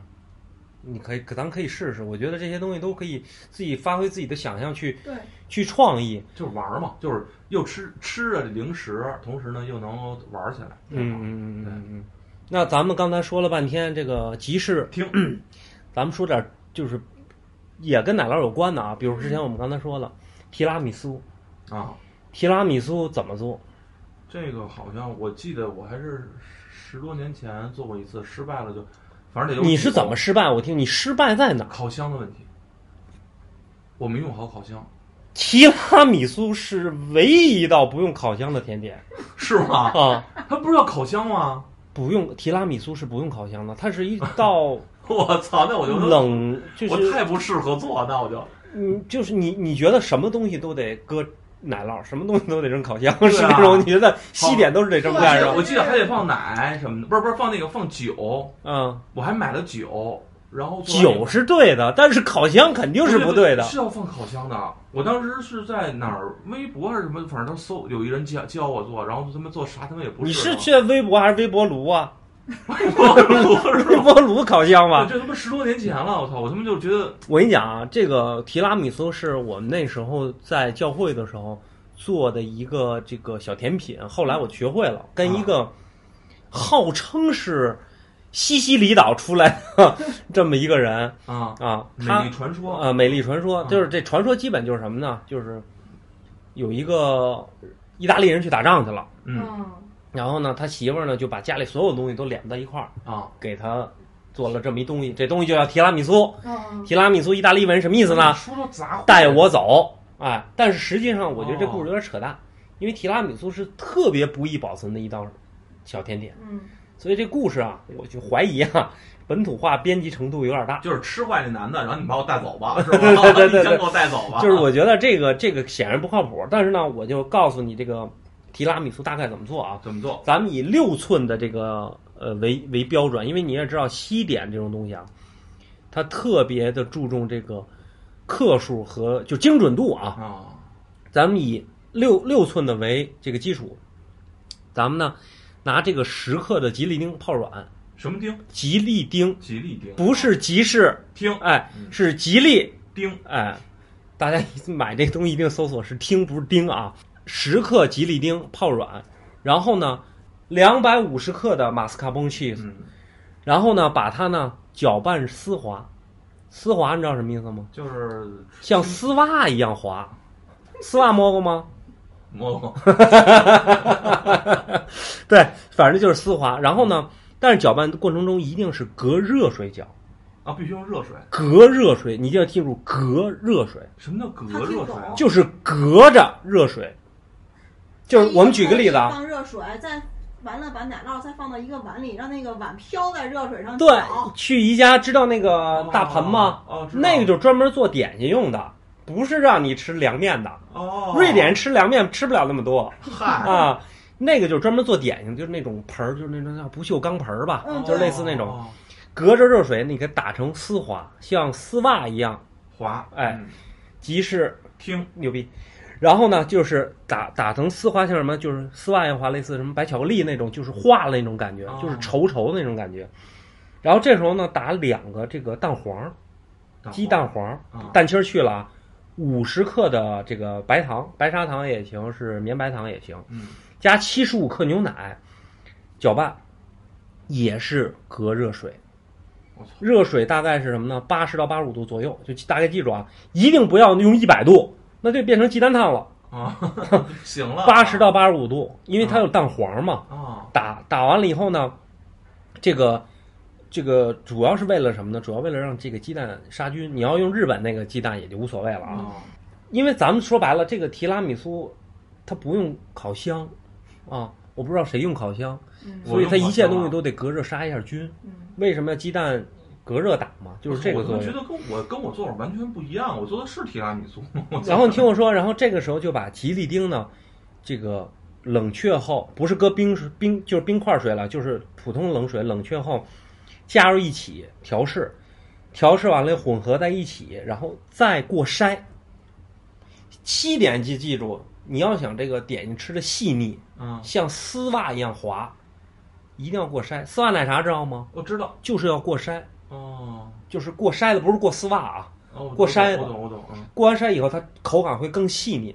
[SPEAKER 1] 你可以，可咱可以试试。我觉得这些东西都可以自己发挥自己的想象去
[SPEAKER 3] 对，
[SPEAKER 1] 去创意。
[SPEAKER 2] 就是玩儿嘛，就是又吃吃着零食，同时呢又能玩儿起来。
[SPEAKER 1] 嗯嗯嗯嗯嗯。那咱们刚才说了半天这个集市，
[SPEAKER 2] 听，
[SPEAKER 1] 咱们说点儿就是也跟奶酪有关的啊，比如之前我们刚才说了提拉米苏，
[SPEAKER 2] 啊，
[SPEAKER 1] 提拉米苏怎么做？
[SPEAKER 2] 这个好像我记得我还是十多年前做过一次，失败了就，反正得有
[SPEAKER 1] 你是
[SPEAKER 2] 几口
[SPEAKER 1] 怎么失败？我听你失败在哪儿？
[SPEAKER 2] 烤箱的问题？我没用好烤箱，
[SPEAKER 1] 提拉米苏是唯一一道不用烤箱的甜点
[SPEAKER 2] 是吗？
[SPEAKER 1] 啊，
[SPEAKER 2] 它不是叫烤箱吗？
[SPEAKER 1] 不用提拉米苏是不用烤箱的，它是一道
[SPEAKER 2] 我操，那我就
[SPEAKER 1] 冷，就是
[SPEAKER 2] 我太不适合做，那我就
[SPEAKER 1] 嗯，就是你你觉得什么东西都得搁奶酪，什么东西都得扔烤箱，
[SPEAKER 2] 对啊
[SPEAKER 1] 是 那种你觉得西点都是得这么干
[SPEAKER 3] 是
[SPEAKER 1] 是
[SPEAKER 3] 吧
[SPEAKER 1] 吧？
[SPEAKER 2] 我记得还得放奶什么的，不是不是放那个放酒，
[SPEAKER 1] 嗯，
[SPEAKER 2] 我还买了酒，然后做完以后
[SPEAKER 1] 酒是对的，但是烤箱肯定是不对的。
[SPEAKER 2] 是要放烤箱的。我当时是在哪儿，微博还是什么，反正他搜有一人教教我做，然后他们做啥他们也不
[SPEAKER 1] 你
[SPEAKER 2] 是
[SPEAKER 1] 是去
[SPEAKER 2] 啊
[SPEAKER 1] 微博还是微波炉啊？
[SPEAKER 2] 微博是
[SPEAKER 1] 微
[SPEAKER 2] 吧？
[SPEAKER 1] 波炉烤箱
[SPEAKER 2] 我
[SPEAKER 1] 吧。
[SPEAKER 2] 这他妈十多年前了，我操！我他妈就觉得
[SPEAKER 1] 我跟你讲啊，这个提拉米苏是我们那时候在教会的时候做的一个这个小甜品，后来我学会了，跟
[SPEAKER 2] 啊
[SPEAKER 1] 一个号称是西西里岛出来的 这么一个人
[SPEAKER 2] 啊，
[SPEAKER 1] 啊，
[SPEAKER 2] 美
[SPEAKER 1] 他
[SPEAKER 2] 丽传说，
[SPEAKER 1] 呃，美丽传说
[SPEAKER 2] 嗯
[SPEAKER 1] 就是这传说基本就是什么呢？就是有一个意大利人去打仗去了，
[SPEAKER 2] 嗯
[SPEAKER 1] 然后呢，他媳妇儿呢就把家里所有东西都敛在一块儿，
[SPEAKER 2] 啊，
[SPEAKER 1] 给他做了这么一东西，这东西就叫提拉米苏。
[SPEAKER 3] 嗯
[SPEAKER 1] 提拉米苏意大利文什么意
[SPEAKER 2] 意
[SPEAKER 1] 思呢？
[SPEAKER 2] 说到杂货
[SPEAKER 1] 带我走，哎，但是实际上我觉得这
[SPEAKER 2] 哦
[SPEAKER 1] 故事有点扯淡，因为提拉米苏是特别不易保存的一道小甜点，
[SPEAKER 3] 嗯
[SPEAKER 1] 所以这故事啊，我就怀疑啊，本土化编辑程度有点大。
[SPEAKER 2] 就是吃坏这男的，然后你把我带 走吧，是吧？
[SPEAKER 1] 对对对
[SPEAKER 2] 你先给我带走 吧。
[SPEAKER 1] 就是我觉得这个这个显然不靠谱，但是呢，我就告诉你这个提拉米苏大概怎么做啊。
[SPEAKER 2] 怎么做？
[SPEAKER 1] 咱们以六寸的这个呃为为标准，因为你也知道西点这种东西啊，它特别的注重这个克数和就精准度啊。
[SPEAKER 2] 啊，
[SPEAKER 1] 咱们以六六寸的为这个基础，咱们呢拿这个十克的吉利丁泡软，
[SPEAKER 2] 什么丁？
[SPEAKER 1] 吉利丁
[SPEAKER 2] 吉利啊丁？
[SPEAKER 1] 不是吉士，
[SPEAKER 2] 丁
[SPEAKER 1] 哎
[SPEAKER 2] 嗯，
[SPEAKER 1] 是吉利，
[SPEAKER 2] 丁
[SPEAKER 1] 哎，大家买这东西一定搜索是听不是丁啊，十克吉利丁泡软，然后呢两百五十克的马斯卡彭 cheese，
[SPEAKER 2] 嗯，
[SPEAKER 1] 然后呢把它呢搅拌丝滑，丝滑你知道什么意思吗？
[SPEAKER 2] 就是
[SPEAKER 1] 像丝袜一样滑，丝袜摸过吗？
[SPEAKER 2] 蘑菇。
[SPEAKER 1] 对，反正就是丝滑。然后呢，但是搅拌过程中一定是隔热水搅，
[SPEAKER 2] 啊，必须用热水。
[SPEAKER 1] 隔热水，你一定要记住隔热水，
[SPEAKER 2] 什么叫隔
[SPEAKER 3] 他听
[SPEAKER 2] 热水
[SPEAKER 3] 懂
[SPEAKER 2] 啊？
[SPEAKER 1] 就是隔着热水。就是我们举个例子啊，
[SPEAKER 3] 放热水，再完了把奶酪再放到一个碗里，让那个碗飘在热水 上
[SPEAKER 1] 对，去宜家知道那个呃大盆吗？
[SPEAKER 2] 哦？哦，知道
[SPEAKER 1] 那个就是专门做点心用的，不是让你吃凉面的。
[SPEAKER 2] 哦，
[SPEAKER 1] 瑞典人吃凉面吃不了那么多
[SPEAKER 2] 嗨，
[SPEAKER 1] 啊，那个就是专门做点心，就是那种盆儿，就是那种叫不锈钢盆儿吧，
[SPEAKER 2] 哦
[SPEAKER 3] 嗯
[SPEAKER 1] 就是类似那种隔着热水，你给打成丝滑，像丝袜一样，
[SPEAKER 2] 滑，
[SPEAKER 1] 哎
[SPEAKER 2] 嗯，
[SPEAKER 1] 即是
[SPEAKER 2] 听
[SPEAKER 1] 牛逼。然后呢，就是打打成丝滑，像什么，就是丝袜一样滑，类似什么白巧克力那种，就是化了那种感觉
[SPEAKER 2] 哦，
[SPEAKER 1] 就是稠稠的那种感觉。然后这时候呢，打两个这个蛋黄，鸡蛋黄
[SPEAKER 2] 啊，
[SPEAKER 1] 蛋清儿去了啊，五十克的这个白糖，白砂糖也行，是绵白糖也行，
[SPEAKER 2] 嗯，
[SPEAKER 1] 加七十五克牛奶，搅拌，也是隔热水
[SPEAKER 2] 我操。
[SPEAKER 1] 热水大概是什么呢？八十到八十五度左右，就大概记住啊，一定不要用一百度，那就变成鸡蛋烫了。
[SPEAKER 2] 啊， 行了，
[SPEAKER 1] 八十到八十五度，因为它有蛋黄嘛。
[SPEAKER 2] 啊，
[SPEAKER 1] 打打完了以后呢，这个这个主要是为了什么呢？主要为了让这个鸡蛋杀菌。你要用日本那个鸡蛋也就无所谓了啊，
[SPEAKER 2] 啊，
[SPEAKER 1] 因为咱们说白了，这个提拉米苏它不用烤箱啊，我不知道谁用烤箱，
[SPEAKER 3] 嗯
[SPEAKER 1] 所以它一切东
[SPEAKER 2] 我用烤箱
[SPEAKER 1] 西
[SPEAKER 2] 啊
[SPEAKER 1] 都得隔热杀一下菌。
[SPEAKER 3] 嗯，
[SPEAKER 1] 为什么要鸡蛋隔热打嘛？就是这个
[SPEAKER 2] 我怎
[SPEAKER 1] 作
[SPEAKER 2] 么
[SPEAKER 1] 用
[SPEAKER 2] 觉。得跟我跟我做法完全不一样，我做的是提拉米苏，
[SPEAKER 3] 嗯
[SPEAKER 1] 然后你听我说， 然后这个时候就把吉利丁呢，这个冷却后，不是搁冰水冰就是冰块水了，就是普通冷水冷却后，加入一起调试，调试完了混合在一起，然后再过筛。七点记记住，你要想这个点心吃的细腻，
[SPEAKER 2] 嗯，
[SPEAKER 1] 像丝袜一样滑，一定要过筛。丝袜奶茶知道吗？
[SPEAKER 2] 我知道，
[SPEAKER 1] 就是要过筛，
[SPEAKER 2] 哦，
[SPEAKER 1] 就是过筛的，不是过丝袜啊。
[SPEAKER 2] 哦，我
[SPEAKER 1] 过筛
[SPEAKER 2] 懂
[SPEAKER 1] 子
[SPEAKER 2] 我懂我懂，嗯，
[SPEAKER 1] 过完筛以后，它口感会更细腻。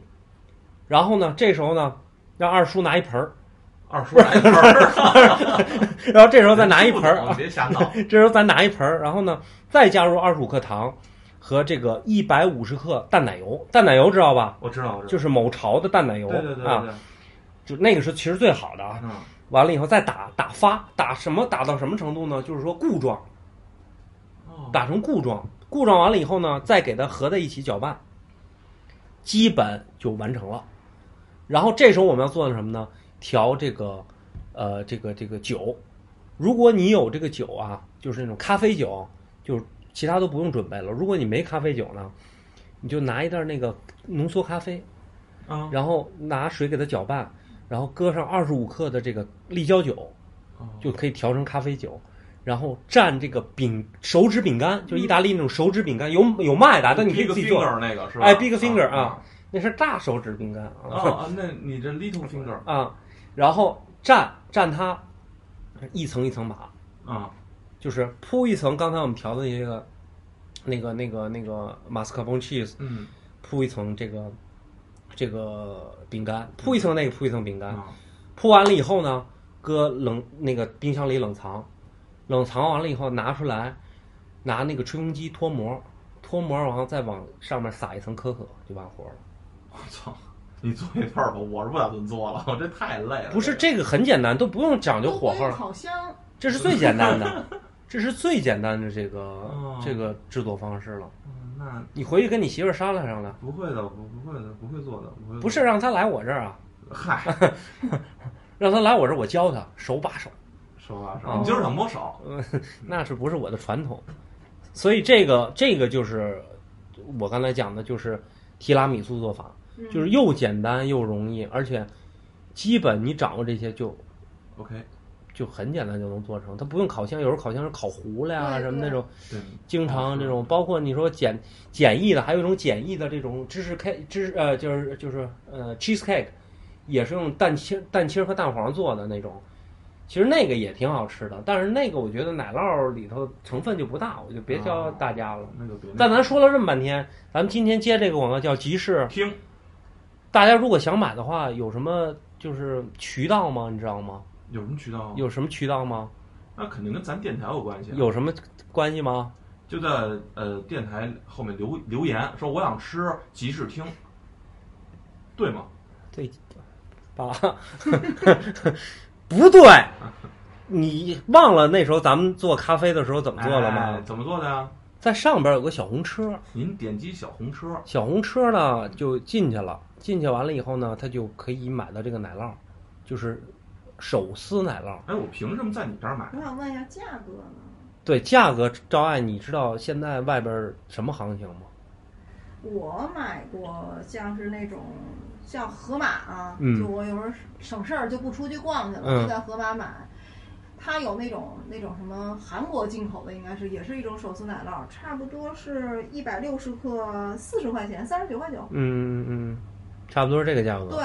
[SPEAKER 1] 然后呢，这时候呢，让二叔拿一盆儿，
[SPEAKER 2] 二叔来一盆儿，
[SPEAKER 1] 然后这 时候再拿一盆儿，啊
[SPEAKER 2] 别瞎闹，
[SPEAKER 1] 这时候咱拿一盆儿，然后呢，再加入二十五克糖和这个一百五十克淡奶油。淡奶油知道吧？
[SPEAKER 2] 我知道， 我知道，
[SPEAKER 1] 就是某潮的淡奶油
[SPEAKER 2] 对对对对
[SPEAKER 1] 啊，
[SPEAKER 2] 对，
[SPEAKER 1] 就那个是其实最好的啊。
[SPEAKER 2] 嗯，
[SPEAKER 1] 完了以后再打打发，打什么打到什么程度呢？就是说固状，
[SPEAKER 2] 哦
[SPEAKER 1] 打成固状，固状完了以后呢，再给它合在一起搅拌，基本就完成了。然后这时候我们要做的是什么呢？调这个，呃，这个这个酒。如果你有这个酒啊，就是那种咖啡酒，就其他都不用准备了。如果你没咖啡酒呢，你就拿一袋那个浓缩咖啡，
[SPEAKER 2] 嗯，
[SPEAKER 1] 然后拿水给它搅拌，然后搁上二十五克的这个立交酒，
[SPEAKER 2] 哦
[SPEAKER 1] 就可以调成咖啡酒，然后蘸这个饼手指饼干，就是意大利那种手指饼干，有有卖的，但你可以自己
[SPEAKER 2] Big
[SPEAKER 1] 做。
[SPEAKER 2] finger 那个是吧？
[SPEAKER 1] 哎，Big Finger
[SPEAKER 2] 啊
[SPEAKER 1] 啊，那是大手指饼干
[SPEAKER 2] 啊
[SPEAKER 1] 啊
[SPEAKER 2] 啊，那你这 little finger
[SPEAKER 1] 啊，然后蘸蘸它，一层一层码，
[SPEAKER 2] 啊，
[SPEAKER 1] 就是铺一层刚才我们调的那个那个那个那个马斯卡彭 cheese，
[SPEAKER 2] 嗯
[SPEAKER 1] 铺一层这个这个饼干，铺一层那个铺一层饼干，
[SPEAKER 2] 啊，
[SPEAKER 1] 铺完了以后呢，搁冷那个冰箱里冷藏，冷藏完了以后拿出来，拿那个吹风机脱模，脱模然后再往上面撒一层可可就完活了。
[SPEAKER 2] 我操！你做一份儿吧，我是不打算做了，我这太累了。
[SPEAKER 1] 不是
[SPEAKER 2] 这
[SPEAKER 1] 这个很简单，都不用讲究
[SPEAKER 3] 都不
[SPEAKER 1] 火候
[SPEAKER 3] 用，烤箱，
[SPEAKER 1] 这是最简单的，这是最简单的这个
[SPEAKER 2] 哦
[SPEAKER 1] 这个制作方式了
[SPEAKER 2] 个。嗯那
[SPEAKER 1] 你回去跟你媳妇儿商量商量，
[SPEAKER 2] 不会的，不不会的，不会做的，不会。
[SPEAKER 1] 不是，让她来我这儿啊，
[SPEAKER 2] 嗨，
[SPEAKER 1] 让她来我这儿我教她手把手。
[SPEAKER 2] 手把手，
[SPEAKER 1] 哦
[SPEAKER 2] 你今儿想摸手，
[SPEAKER 1] 那是不是我的传统？所以这个这个就是我刚才讲的，就是提拉米苏做法，
[SPEAKER 3] 嗯
[SPEAKER 1] 就是又简单又容易，而且基本你掌握这些就
[SPEAKER 2] OK，
[SPEAKER 1] 就很简单就能做成，它不用烤箱，有时候烤箱是烤糊了呀
[SPEAKER 3] 对
[SPEAKER 1] 什么
[SPEAKER 3] 对
[SPEAKER 1] 那种，
[SPEAKER 2] 对，
[SPEAKER 1] 经常这种，包括你说简简易的，还有一种简易的这种芝士 cake 芝呃就是就是呃 cheese cake，也是用蛋清蛋清和蛋黄做的那种，其实那个也挺好吃的，但是那个我觉得奶酪里头成分就不大，我就别教大家了。
[SPEAKER 2] 那就别那
[SPEAKER 1] 但
[SPEAKER 2] 个。
[SPEAKER 1] 咱说了这么半天，咱们今天接这个广告叫集市，
[SPEAKER 2] 听
[SPEAKER 1] 大家如果想买的话，有什么就是渠道吗？你知道吗？
[SPEAKER 2] 有什么渠道？
[SPEAKER 1] 有什么渠道吗？
[SPEAKER 2] 那肯定跟咱电台有关系。啊
[SPEAKER 1] 有什么关系吗？
[SPEAKER 2] 就在呃电台后面留留言说我想吃集市听，对吗？
[SPEAKER 1] 对，爸， 不对，你忘了那时候咱们做咖啡的时候怎么做了吗？
[SPEAKER 2] 哎怎么做的呀？
[SPEAKER 1] 在上边有个小红车，
[SPEAKER 2] 您点击小红车，
[SPEAKER 1] 小红车呢就进去了，进去完了以后呢，它就可以买到这个奶酪，就是手撕奶酪。
[SPEAKER 2] 哎，我凭什么在你这儿买
[SPEAKER 3] 我？想问一下价格呢？
[SPEAKER 1] 对，价格赵爱，你知道现在外边什么行情吗？
[SPEAKER 3] 我买过像是那种像盒马啊，
[SPEAKER 1] 嗯
[SPEAKER 3] 就我有时候省事儿就不出去逛去了，
[SPEAKER 1] 嗯
[SPEAKER 3] 就在盒马买。它有那种那种什么韩国进口的，应该是也是一种手撕奶酪，差不多是一百六十克，四十块钱，三十九块九。
[SPEAKER 1] 嗯嗯，差不多是这个价格。
[SPEAKER 3] 对，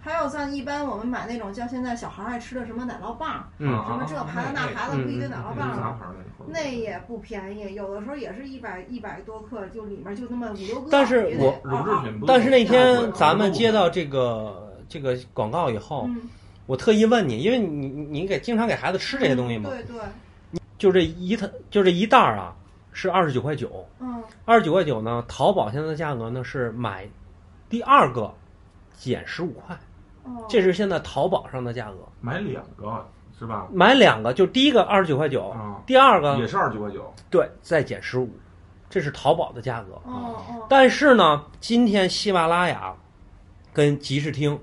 [SPEAKER 3] 还有像一般我们买那种像现在小孩爱吃的什么奶酪棒，
[SPEAKER 1] 嗯
[SPEAKER 3] 什么这牌子那牌子
[SPEAKER 1] 嗯
[SPEAKER 3] 不一堆奶
[SPEAKER 2] 那
[SPEAKER 3] 酪
[SPEAKER 2] 个
[SPEAKER 3] 棒
[SPEAKER 2] 杂
[SPEAKER 3] 了，
[SPEAKER 2] 牌儿那个
[SPEAKER 3] 那也不便宜，有的时候也是一百一百多克，就里面就那么五六个。
[SPEAKER 1] 但是
[SPEAKER 3] 也得啊
[SPEAKER 1] 我
[SPEAKER 2] 乳制品不
[SPEAKER 1] 但是那
[SPEAKER 3] 我
[SPEAKER 1] 天咱们接到这个这个广告以
[SPEAKER 2] 啊
[SPEAKER 1] 后，
[SPEAKER 3] 嗯，
[SPEAKER 1] 我特意问你，因为你你你给经常给孩子吃这些东西嘛，
[SPEAKER 3] 对对，
[SPEAKER 1] 就这一它就这一袋儿啊是二十九块九，
[SPEAKER 3] 嗯
[SPEAKER 1] 二十九块九呢，淘宝现在的价格呢是买第二个减十五块，
[SPEAKER 3] 哦，
[SPEAKER 1] 这是现在淘宝上的价格，
[SPEAKER 2] 买两个是吧？
[SPEAKER 1] 买两个就第一个二十九块九，
[SPEAKER 2] 啊，
[SPEAKER 1] 第二个
[SPEAKER 2] 也是二十九块九，
[SPEAKER 1] 对再减十五，这是淘宝的价格。
[SPEAKER 3] 哦哦，
[SPEAKER 1] 但是呢，今天喜马拉雅跟集市厅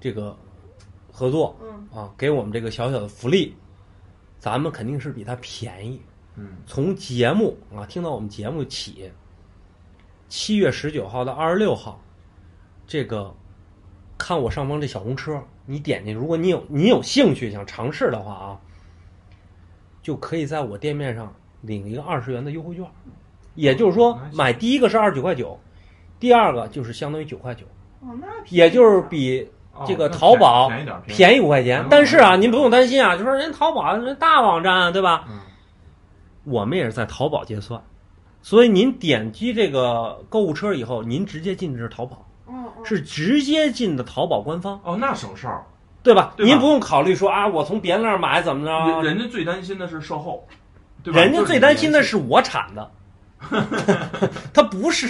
[SPEAKER 1] 这个合作，
[SPEAKER 3] 嗯
[SPEAKER 1] 啊，给我们这个小小的福利，咱们肯定是比它便宜。
[SPEAKER 2] 嗯，
[SPEAKER 1] 从节目啊，听到我们节目起，七月十九号到二十六号，这个看我上方这小红车，你点进去，如果你有你有兴趣想尝试的话啊，就可以在我店面上领一个二十元的优惠券。也就是说
[SPEAKER 2] 哦那，行
[SPEAKER 1] 买第一个是二十九块九，第二个就是相当于九块九，
[SPEAKER 3] 哦，那便宜
[SPEAKER 1] 也就是
[SPEAKER 3] 啊
[SPEAKER 1] 比
[SPEAKER 2] 哦
[SPEAKER 1] 这个
[SPEAKER 2] 那
[SPEAKER 1] 淘宝
[SPEAKER 2] 便宜点，宜
[SPEAKER 1] 便宜五块钱
[SPEAKER 2] 嗯。
[SPEAKER 1] 但是啊，您不用担心啊，就说人家淘宝人家大网站啊对吧？
[SPEAKER 2] 嗯，
[SPEAKER 1] 我们也是在淘宝结算，所以您点击这个购物车以后，您直接进的是淘宝，
[SPEAKER 3] 哦哦
[SPEAKER 1] 是直接进的淘宝官方，
[SPEAKER 2] 哦，那省事儿。
[SPEAKER 1] 对吧？
[SPEAKER 2] 对吧
[SPEAKER 1] 您不用考虑说啊，我从别人那儿买怎么
[SPEAKER 2] 人
[SPEAKER 1] 着。
[SPEAKER 2] 人家最担心的是售后，对吧？
[SPEAKER 1] 啊人家最担心的
[SPEAKER 2] 是
[SPEAKER 1] 是我产 的，他不是，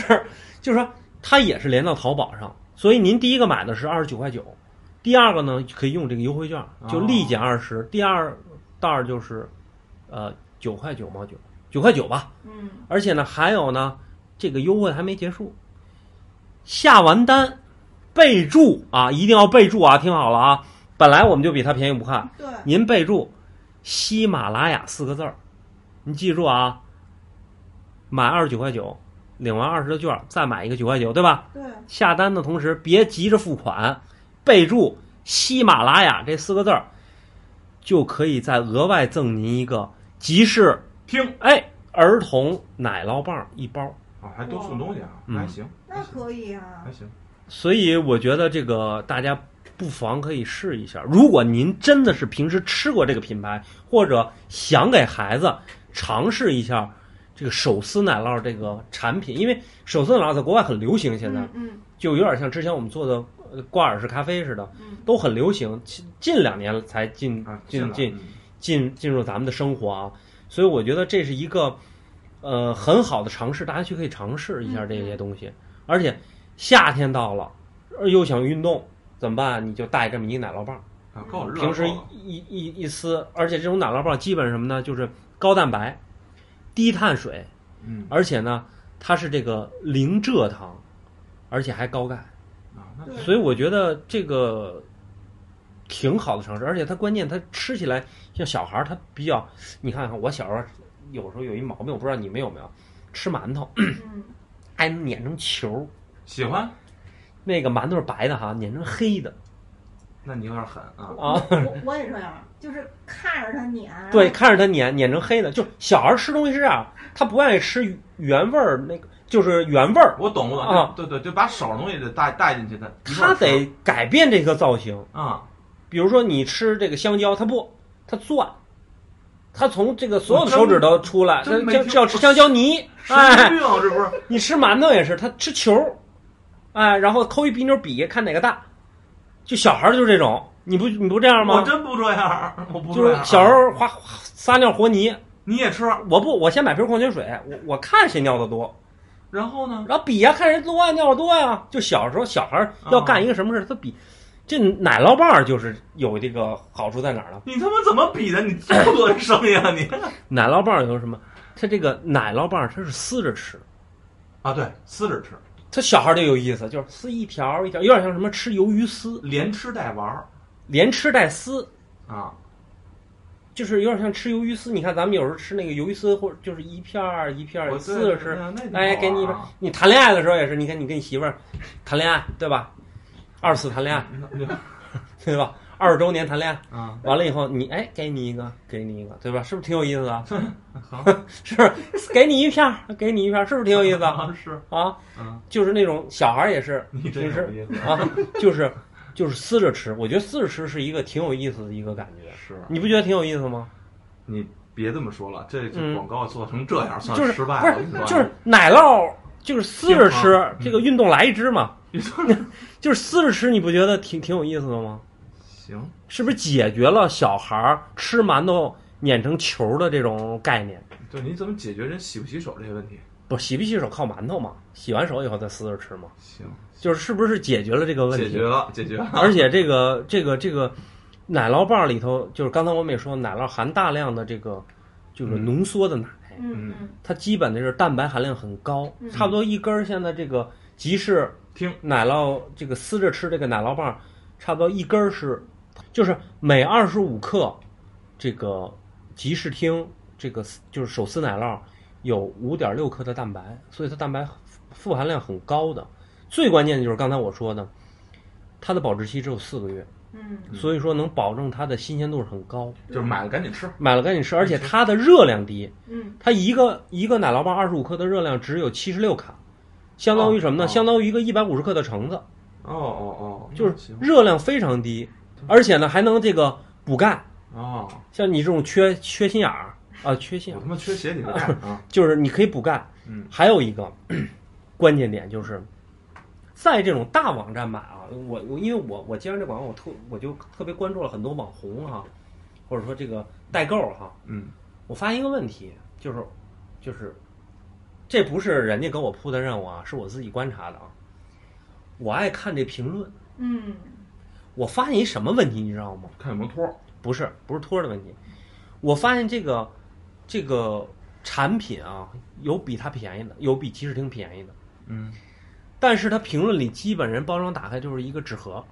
[SPEAKER 1] 就是说他也是连到淘宝上，所以您第一个买的是二十九块九，第二个呢可以用这个优惠券，就立
[SPEAKER 2] 哦
[SPEAKER 1] 减二十、第二袋儿就是，呃九块九毛九，九块九吧，
[SPEAKER 3] 嗯
[SPEAKER 1] 而且呢，还有呢，这个优惠还没结束。下完单，备注啊，一定要备注啊，听好了啊。本来我们就比它便宜五块，
[SPEAKER 3] 对，
[SPEAKER 1] 您备注“喜马拉雅”四个字儿，你记住啊。买二十九块九，领完二十的券，再买一个九块九，对吧？
[SPEAKER 3] 对，
[SPEAKER 1] 下单的同时别急着付款，备注“喜马拉雅”这四个字儿，就可以再额外赠您一个集市
[SPEAKER 2] 听
[SPEAKER 1] 哎，儿童奶酪棒一包。
[SPEAKER 2] 啊，还多送东西啊，
[SPEAKER 1] 嗯
[SPEAKER 2] 那还行，
[SPEAKER 3] 那可以啊
[SPEAKER 2] 还，行。
[SPEAKER 1] 所以我觉得这个大家不妨可以试一下。如果您真的是平时吃过这个品牌，或者想给孩子尝试一下这个手撕奶酪这个产品，因为手撕奶酪在国外很流行，现在
[SPEAKER 3] 嗯嗯
[SPEAKER 1] 就有点像之前我们做的呃挂耳式咖啡似的，
[SPEAKER 3] 嗯
[SPEAKER 1] 都很流行。近近两年才进
[SPEAKER 2] 啊，
[SPEAKER 1] 嗯进
[SPEAKER 2] 进
[SPEAKER 1] 进进进入咱们的生活啊，所以我觉得这是一个呃很好的尝试，大家去可以尝试一下这些东西。而且夏天到了，呃又想运动怎么办？你就带这么一奶酪棒，
[SPEAKER 2] 啊，够我热
[SPEAKER 1] 平时
[SPEAKER 2] 够了
[SPEAKER 1] 一一一撕，而且这种奶酪棒基本什么呢？就是高蛋白、低碳水，
[SPEAKER 2] 嗯
[SPEAKER 1] 而且呢它是这个零蔗糖，而且还高钙，
[SPEAKER 2] 啊，那
[SPEAKER 3] 对
[SPEAKER 1] 所以我觉得这个挺好的尝试，而且它关键它吃起来像小孩儿他比较，你看看我小时候有时候有一毛病，我不知道你们有没有，吃馒头
[SPEAKER 3] 嗯，
[SPEAKER 1] 爱碾成球儿，
[SPEAKER 2] 喜欢，
[SPEAKER 1] 那个馒头是白的哈，碾成黑的
[SPEAKER 2] 那你有点狠啊。
[SPEAKER 1] 啊。
[SPEAKER 3] 我我也这样，就是看着他撵，
[SPEAKER 1] 对，，看着它碾碾成黑的，就小孩儿吃东西是这样，他不爱吃原味儿，那个就是原味儿，
[SPEAKER 2] 我懂，我懂，
[SPEAKER 1] 啊
[SPEAKER 2] 对对对，把手上东西得带带进去的，
[SPEAKER 1] 他得改变这个造型。
[SPEAKER 2] 啊，
[SPEAKER 1] 比如说你吃这个香蕉，它不，它钻，它从这个所有的手指头出来，它
[SPEAKER 2] 真没
[SPEAKER 1] 叫
[SPEAKER 2] 听
[SPEAKER 1] 叫吃香蕉泥。
[SPEAKER 2] 神经
[SPEAKER 1] 哎，
[SPEAKER 2] 病啊，这不是
[SPEAKER 1] 你吃馒头也是，它吃球，哎，然后抠一鼻妞比看哪个大，就小孩儿就是这种，你不你不这样
[SPEAKER 2] 我
[SPEAKER 1] 吗？
[SPEAKER 2] 真不这样，我不
[SPEAKER 1] 就
[SPEAKER 2] 这
[SPEAKER 1] 是
[SPEAKER 2] 样。啊
[SPEAKER 1] 小时候哗哗撒尿和泥，
[SPEAKER 2] 你也吃，
[SPEAKER 1] 我不，我先买瓶矿泉水，我我看谁尿的多。
[SPEAKER 2] 然后呢？
[SPEAKER 1] 然后比呀、看人多呀、尿的多呀、就小时候小孩儿
[SPEAKER 2] 啊
[SPEAKER 1] 要干一个什么事，他比这奶酪棒儿就是有这个好处在哪儿呢？
[SPEAKER 2] 你他妈怎么比的？你做不做这生意 啊你？
[SPEAKER 1] 奶酪棒儿有什么？它这个奶酪棒儿它是撕着吃，
[SPEAKER 2] 啊，对，撕着吃，
[SPEAKER 1] 它小孩儿就有意思，就是撕一条儿一条儿，有点像什么吃鱿鱼丝，
[SPEAKER 2] 连吃带玩儿
[SPEAKER 1] 连吃带撕，
[SPEAKER 2] 啊，
[SPEAKER 1] 就是有点像吃鱿鱼丝。你看咱们有时候吃那个鱿鱼丝，或者就是一片儿一片儿
[SPEAKER 2] 我
[SPEAKER 1] 撕着吃。，
[SPEAKER 2] 对
[SPEAKER 1] 哎，给你一，片
[SPEAKER 2] 那挺好玩
[SPEAKER 1] 儿
[SPEAKER 2] 啊
[SPEAKER 1] 你谈恋爱的时候也是，你看你跟你媳妇儿谈恋爱对吧？二次谈恋爱
[SPEAKER 2] 啊 那
[SPEAKER 1] 对吧？二十周年谈恋爱。
[SPEAKER 2] 那啊，
[SPEAKER 1] 完了以后，你哎，给你一个，给你一个，对吧？是不是挺有意思的？
[SPEAKER 2] 好，
[SPEAKER 1] 是不是？给你一片儿，给你一片儿，是不是挺有意思的
[SPEAKER 2] 啊， 是，
[SPEAKER 1] 啊？
[SPEAKER 2] 嗯，
[SPEAKER 1] 就是那种小孩儿也是
[SPEAKER 2] 你真有意思，
[SPEAKER 1] 啊，就是就是撕着吃。我觉得撕着吃是一个挺有意思的一个感觉，
[SPEAKER 2] 是
[SPEAKER 1] 你不觉得挺有意思吗？
[SPEAKER 2] 你别这么说了，这这
[SPEAKER 1] 嗯
[SPEAKER 2] 广告做成这样算
[SPEAKER 1] 就是
[SPEAKER 2] 啊失
[SPEAKER 1] 不
[SPEAKER 2] 败了，我跟你
[SPEAKER 1] 是
[SPEAKER 2] 说
[SPEAKER 1] 就是奶酪，就是撕着吃，
[SPEAKER 2] 嗯
[SPEAKER 1] 这个运动来一支 嘛，就是撕着吃，你不觉得挺挺有意思的吗？
[SPEAKER 2] 行，
[SPEAKER 1] 是不是解决了小孩儿吃馒头碾成球的这种概念？
[SPEAKER 2] 对，你怎么解决人洗不洗手这个问题？
[SPEAKER 1] 不洗不洗手靠馒头嘛，洗完手以后再撕着吃嘛，
[SPEAKER 2] 行，
[SPEAKER 1] 就是是不是解决了这个问
[SPEAKER 2] 解
[SPEAKER 1] 题
[SPEAKER 2] 决？了，解决了，
[SPEAKER 1] 而且这个这个这个奶酪棒里头，就是刚才我们也说，奶酪含大量的这个就是
[SPEAKER 2] 嗯
[SPEAKER 1] 浓缩的奶，
[SPEAKER 3] 嗯嗯
[SPEAKER 1] 它基本的是蛋白含量很高，
[SPEAKER 3] 嗯
[SPEAKER 1] 差不多一根儿现在这个集市
[SPEAKER 2] 听
[SPEAKER 1] 奶酪这个撕着吃这个奶酪棒，差不多一根儿是，就是每二十五克这个集市听这个就是手撕奶酪有五点六克的蛋白，所以它蛋白富富含量很高的。最关键的就是刚才我说的，它的保质期只有四个月，
[SPEAKER 3] 嗯，
[SPEAKER 2] 嗯
[SPEAKER 1] 所以说能保证它的新鲜度是很高。
[SPEAKER 2] 就是买了赶紧吃，
[SPEAKER 1] 买了赶紧吃，
[SPEAKER 2] 嗯
[SPEAKER 1] 而且它的热量低，
[SPEAKER 3] 嗯
[SPEAKER 1] 它一个一个奶酪棒二十五克的热量只有七十六卡，相当于什么呢？
[SPEAKER 2] 哦哦
[SPEAKER 1] 相当于一个一百五十克的橙子，
[SPEAKER 2] 哦哦哦，
[SPEAKER 1] 就是
[SPEAKER 2] 行
[SPEAKER 1] 热量非常低，而且呢还能这个补钙。
[SPEAKER 2] 哦，
[SPEAKER 1] 像你这种缺缺心眼儿啊，缺心
[SPEAKER 2] 我
[SPEAKER 1] 眼儿
[SPEAKER 2] 他妈缺鞋你的干啊，
[SPEAKER 1] 就是你可以补钙。
[SPEAKER 2] 嗯，
[SPEAKER 1] 还有一个关键点就是，在这种大网站买啊，我我因为我我接上这广告，我特我就特别关注了很多网红哈、或者说这个代购哈、
[SPEAKER 2] 嗯
[SPEAKER 1] 我发现一个问题，就是就是这不是人家给我铺的任务啊，是我自己观察的啊。我爱看这评论，
[SPEAKER 3] 嗯
[SPEAKER 1] 我发现一什么问题，你知道吗？
[SPEAKER 2] 看有没有托儿，
[SPEAKER 1] 不是不是托儿的问题，我发现这个这个产品啊，有比它便宜的，有比集市厅便宜的，
[SPEAKER 2] 嗯，
[SPEAKER 1] 但是它评论里基本人包装打开就是一个纸盒，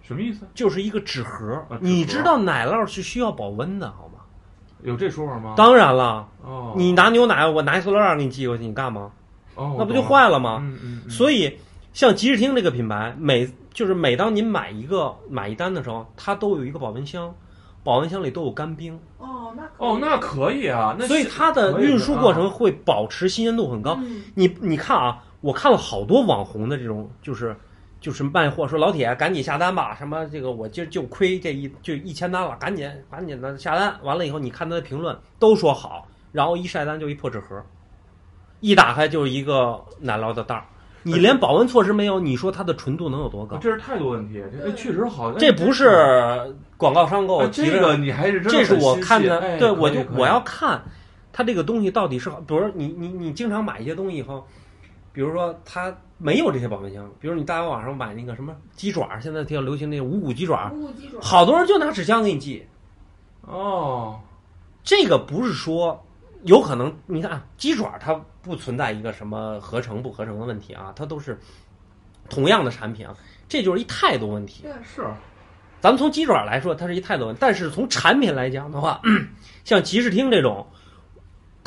[SPEAKER 2] 什么意思？
[SPEAKER 1] 就是一个纸盒。
[SPEAKER 2] 啊纸盒
[SPEAKER 1] 你知道奶酪是需要保温的，好吗？
[SPEAKER 2] 有这说法吗？
[SPEAKER 1] 当然了，
[SPEAKER 2] 哦，
[SPEAKER 1] 你拿牛奶，我拿一塑料袋给你寄过去，你干嘛？
[SPEAKER 2] 哦，
[SPEAKER 1] 那不就坏了
[SPEAKER 2] 了
[SPEAKER 1] 吗？
[SPEAKER 2] 嗯嗯，
[SPEAKER 1] 所
[SPEAKER 2] 以
[SPEAKER 1] 以，像集市厅这个品牌，每就是每当您买一个买一单的时候，它都有一个保温箱，保温箱里都有干冰。
[SPEAKER 3] 哦那可以
[SPEAKER 2] 哦，那可以啊，那
[SPEAKER 1] 所以它的运
[SPEAKER 2] 啊
[SPEAKER 1] 输过程会保持新鲜度很高。
[SPEAKER 3] 嗯
[SPEAKER 1] 你你看啊，我看了好多网红的这种，就是就是卖货说老铁赶紧下单吧，什么这个我今儿就亏这一就一千单了，赶紧赶紧的下单。完了以后，你看他的评论都说好，然后一晒单就一破纸盒，一打开就是一个奶酪的袋儿，你连保温措施没有，你说它的纯度能有多
[SPEAKER 2] 啊
[SPEAKER 1] 高？
[SPEAKER 2] 这是态度问题，这
[SPEAKER 3] 对
[SPEAKER 2] 确实好，哎
[SPEAKER 1] 这不是广告商给
[SPEAKER 2] 哎
[SPEAKER 1] 我提
[SPEAKER 2] 这
[SPEAKER 1] 的
[SPEAKER 2] 个你还是真的
[SPEAKER 1] 这是
[SPEAKER 2] 很
[SPEAKER 1] 我
[SPEAKER 2] 心细
[SPEAKER 1] 看的，
[SPEAKER 2] 哎
[SPEAKER 1] 对
[SPEAKER 2] 可以
[SPEAKER 1] 我就
[SPEAKER 2] 可以
[SPEAKER 1] 我要看它这个东西到底是好，比如说你你你经常买一些东西以后，比如说它没有这些保温箱，比如你大街网上买那个什么鸡爪，现在比较流行那个五谷鸡爪，
[SPEAKER 3] 无骨鸡爪，
[SPEAKER 1] 好多人就拿纸箱给你寄，
[SPEAKER 2] 哦，
[SPEAKER 1] 这个不是说。有可能，你看啊鸡爪它不存在一个什么合成不合成的问题啊，它都是同样的产品啊，这就是一态度问题。
[SPEAKER 3] 对
[SPEAKER 2] 是
[SPEAKER 1] 咱们从鸡爪来说，它是一态度问题，但是从产品来讲的话， 像吉士汀这种，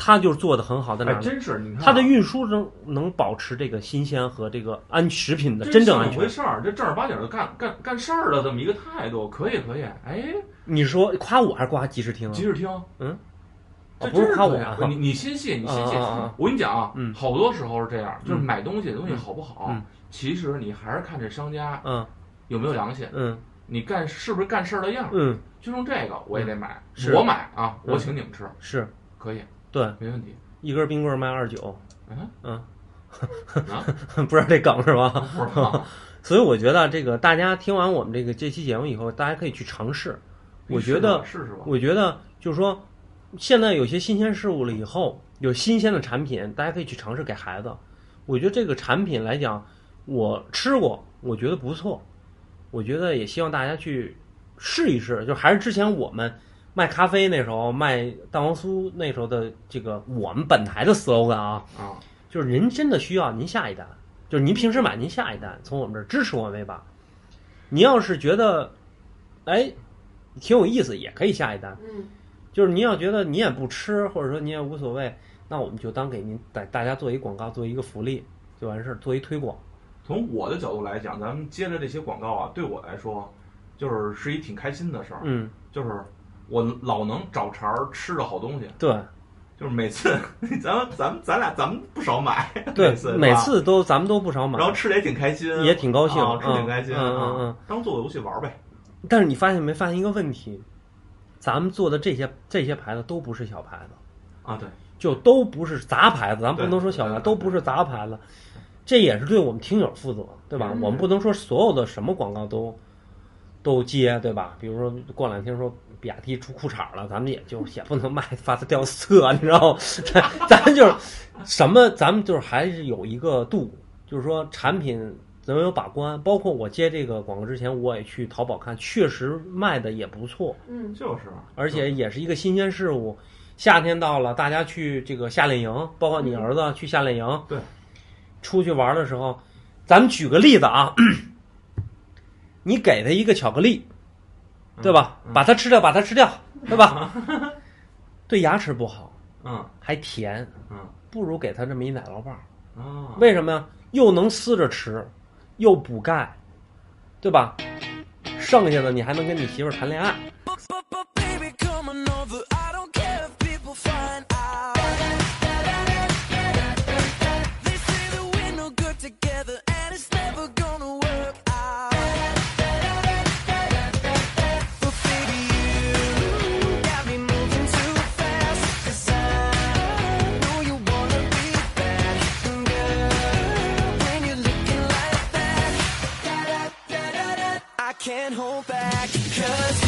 [SPEAKER 1] 它就是做的很好在哪
[SPEAKER 2] 哎，
[SPEAKER 1] 儿呢？
[SPEAKER 2] 真是你看啊
[SPEAKER 1] 它的运输能能保持这个新鲜和这个安食品的
[SPEAKER 2] 这
[SPEAKER 1] 真正
[SPEAKER 2] 是
[SPEAKER 1] 安
[SPEAKER 2] 怎么回
[SPEAKER 1] 全。
[SPEAKER 2] 事儿？这正儿八经的干干干事儿的这么一个态度，可以可以。哎，
[SPEAKER 1] 你说夸我还是夸吉士汀啊
[SPEAKER 2] 吉？士汀，
[SPEAKER 1] 嗯，
[SPEAKER 2] 这
[SPEAKER 1] 哦不是
[SPEAKER 2] 真
[SPEAKER 1] 夸
[SPEAKER 2] 可
[SPEAKER 1] 我
[SPEAKER 2] 以
[SPEAKER 1] 啊
[SPEAKER 2] 你你心细，你心细
[SPEAKER 1] 啊啊啊啊。
[SPEAKER 2] 我跟你讲啊
[SPEAKER 1] 嗯，
[SPEAKER 2] 好多时候是这样，就是
[SPEAKER 1] 嗯
[SPEAKER 2] 买东西，东西好不好
[SPEAKER 1] 嗯，
[SPEAKER 2] 其实你还是看这商家
[SPEAKER 1] 嗯
[SPEAKER 2] 有没有良心，
[SPEAKER 1] 嗯
[SPEAKER 2] 你干是不是干事儿的样儿。
[SPEAKER 1] 嗯，
[SPEAKER 2] 就冲这个，我也得买，
[SPEAKER 1] 是
[SPEAKER 2] 我买啊，
[SPEAKER 1] 嗯
[SPEAKER 2] 我请你们吃，
[SPEAKER 1] 是
[SPEAKER 2] 可以，
[SPEAKER 1] 对，
[SPEAKER 2] 没问题。
[SPEAKER 1] 一根冰棍卖二九，
[SPEAKER 2] 嗯
[SPEAKER 1] 嗯，
[SPEAKER 2] 啊，
[SPEAKER 1] 不知道这梗是吧？
[SPEAKER 2] 不是啊吧？
[SPEAKER 1] 所以我觉得这个大家听完我们这个这期节目以后，大家可以去尝试。我觉得，
[SPEAKER 2] 试试吧，
[SPEAKER 1] 我觉得就是说，现在有些新鲜事物了以后，有新鲜的产品，大家可以去尝试给孩子。我觉得这个产品来讲，我吃过，我觉得不错，我觉得也希望大家去试一试。就还是之前我们卖咖啡那时候，卖蛋黄酥那时候的这个我们本台的 slogan 啊，
[SPEAKER 2] 啊，
[SPEAKER 1] 就是您真的需要您下一单，就是您平时买您下一单，从我们这儿支持我们一把。您要是觉得，哎，挺有意思，也可以下一单。
[SPEAKER 3] 嗯，
[SPEAKER 1] 就是您要觉得您也不吃，或者说您也无所谓，那我们就当给您大大家做一广告，做一个福利就完事儿，做一推广。
[SPEAKER 2] 从我的角度来讲，咱们接着这些广告啊，对我来说，就是是一挺开心的事儿，
[SPEAKER 1] 嗯，
[SPEAKER 2] 就是我老能找茬儿吃着好东西，
[SPEAKER 1] 对
[SPEAKER 2] 就是每次 咱们咱们咱俩咱们不少买，
[SPEAKER 1] 对
[SPEAKER 2] 每，次
[SPEAKER 1] 每
[SPEAKER 2] 是吧
[SPEAKER 1] 次都咱们都不少买
[SPEAKER 2] 然，后吃的也挺开心，
[SPEAKER 1] 也挺高兴，
[SPEAKER 2] 啊吃挺开心，
[SPEAKER 1] 嗯嗯嗯嗯
[SPEAKER 2] 啊，当做个游戏玩儿呗，
[SPEAKER 1] 但是你发现没发现一个问题？咱们做的这些这些牌子都不是小牌子。
[SPEAKER 2] 啊，对，
[SPEAKER 1] 就都不是杂牌子，咱不
[SPEAKER 2] 对
[SPEAKER 1] 能说小牌子，
[SPEAKER 2] 对
[SPEAKER 1] 都不是杂牌子，这也是对我们听友负责，对吧？
[SPEAKER 3] 嗯
[SPEAKER 1] 我们不能说所有的什么广告都都接，对吧？比如说过两天说比亚迪出裤衩了，咱们也就也不能卖发它掉色，你知道吗？咱咱就是什么，咱们就是还是有一个度，就是说产品。咱们有把关，包括我接这个广告之前，我也去淘宝看，确实卖的也不错。
[SPEAKER 3] 嗯，
[SPEAKER 2] 就是，
[SPEAKER 1] 而且也是一个新鲜事物。夏天到了，大家去这个夏令营，包括你儿子去夏令营，
[SPEAKER 2] 嗯对，
[SPEAKER 1] 出去玩的时候，咱们举个例子啊， 你给他一个巧克力，对吧？
[SPEAKER 2] 嗯
[SPEAKER 1] 把它吃掉，把它吃 掉，对吧？对牙齿不好，
[SPEAKER 2] 嗯
[SPEAKER 1] 还甜，
[SPEAKER 2] 嗯
[SPEAKER 1] 不如给他这么一奶酪棒儿。
[SPEAKER 2] 啊，
[SPEAKER 1] 为什么呀？又能撕着吃，又补钙，对吧？剩下的你还能跟你媳妇儿谈恋爱。
[SPEAKER 4] But, but, but baby, come on over. I don't care if people find out. They say that we're no good together and it's never gonna work out. But baby, you got me moving too fast. 'Cause I know you wanna be back. And girl, when you're looking like that, da, da, da, da, da, I can't hold back. Cause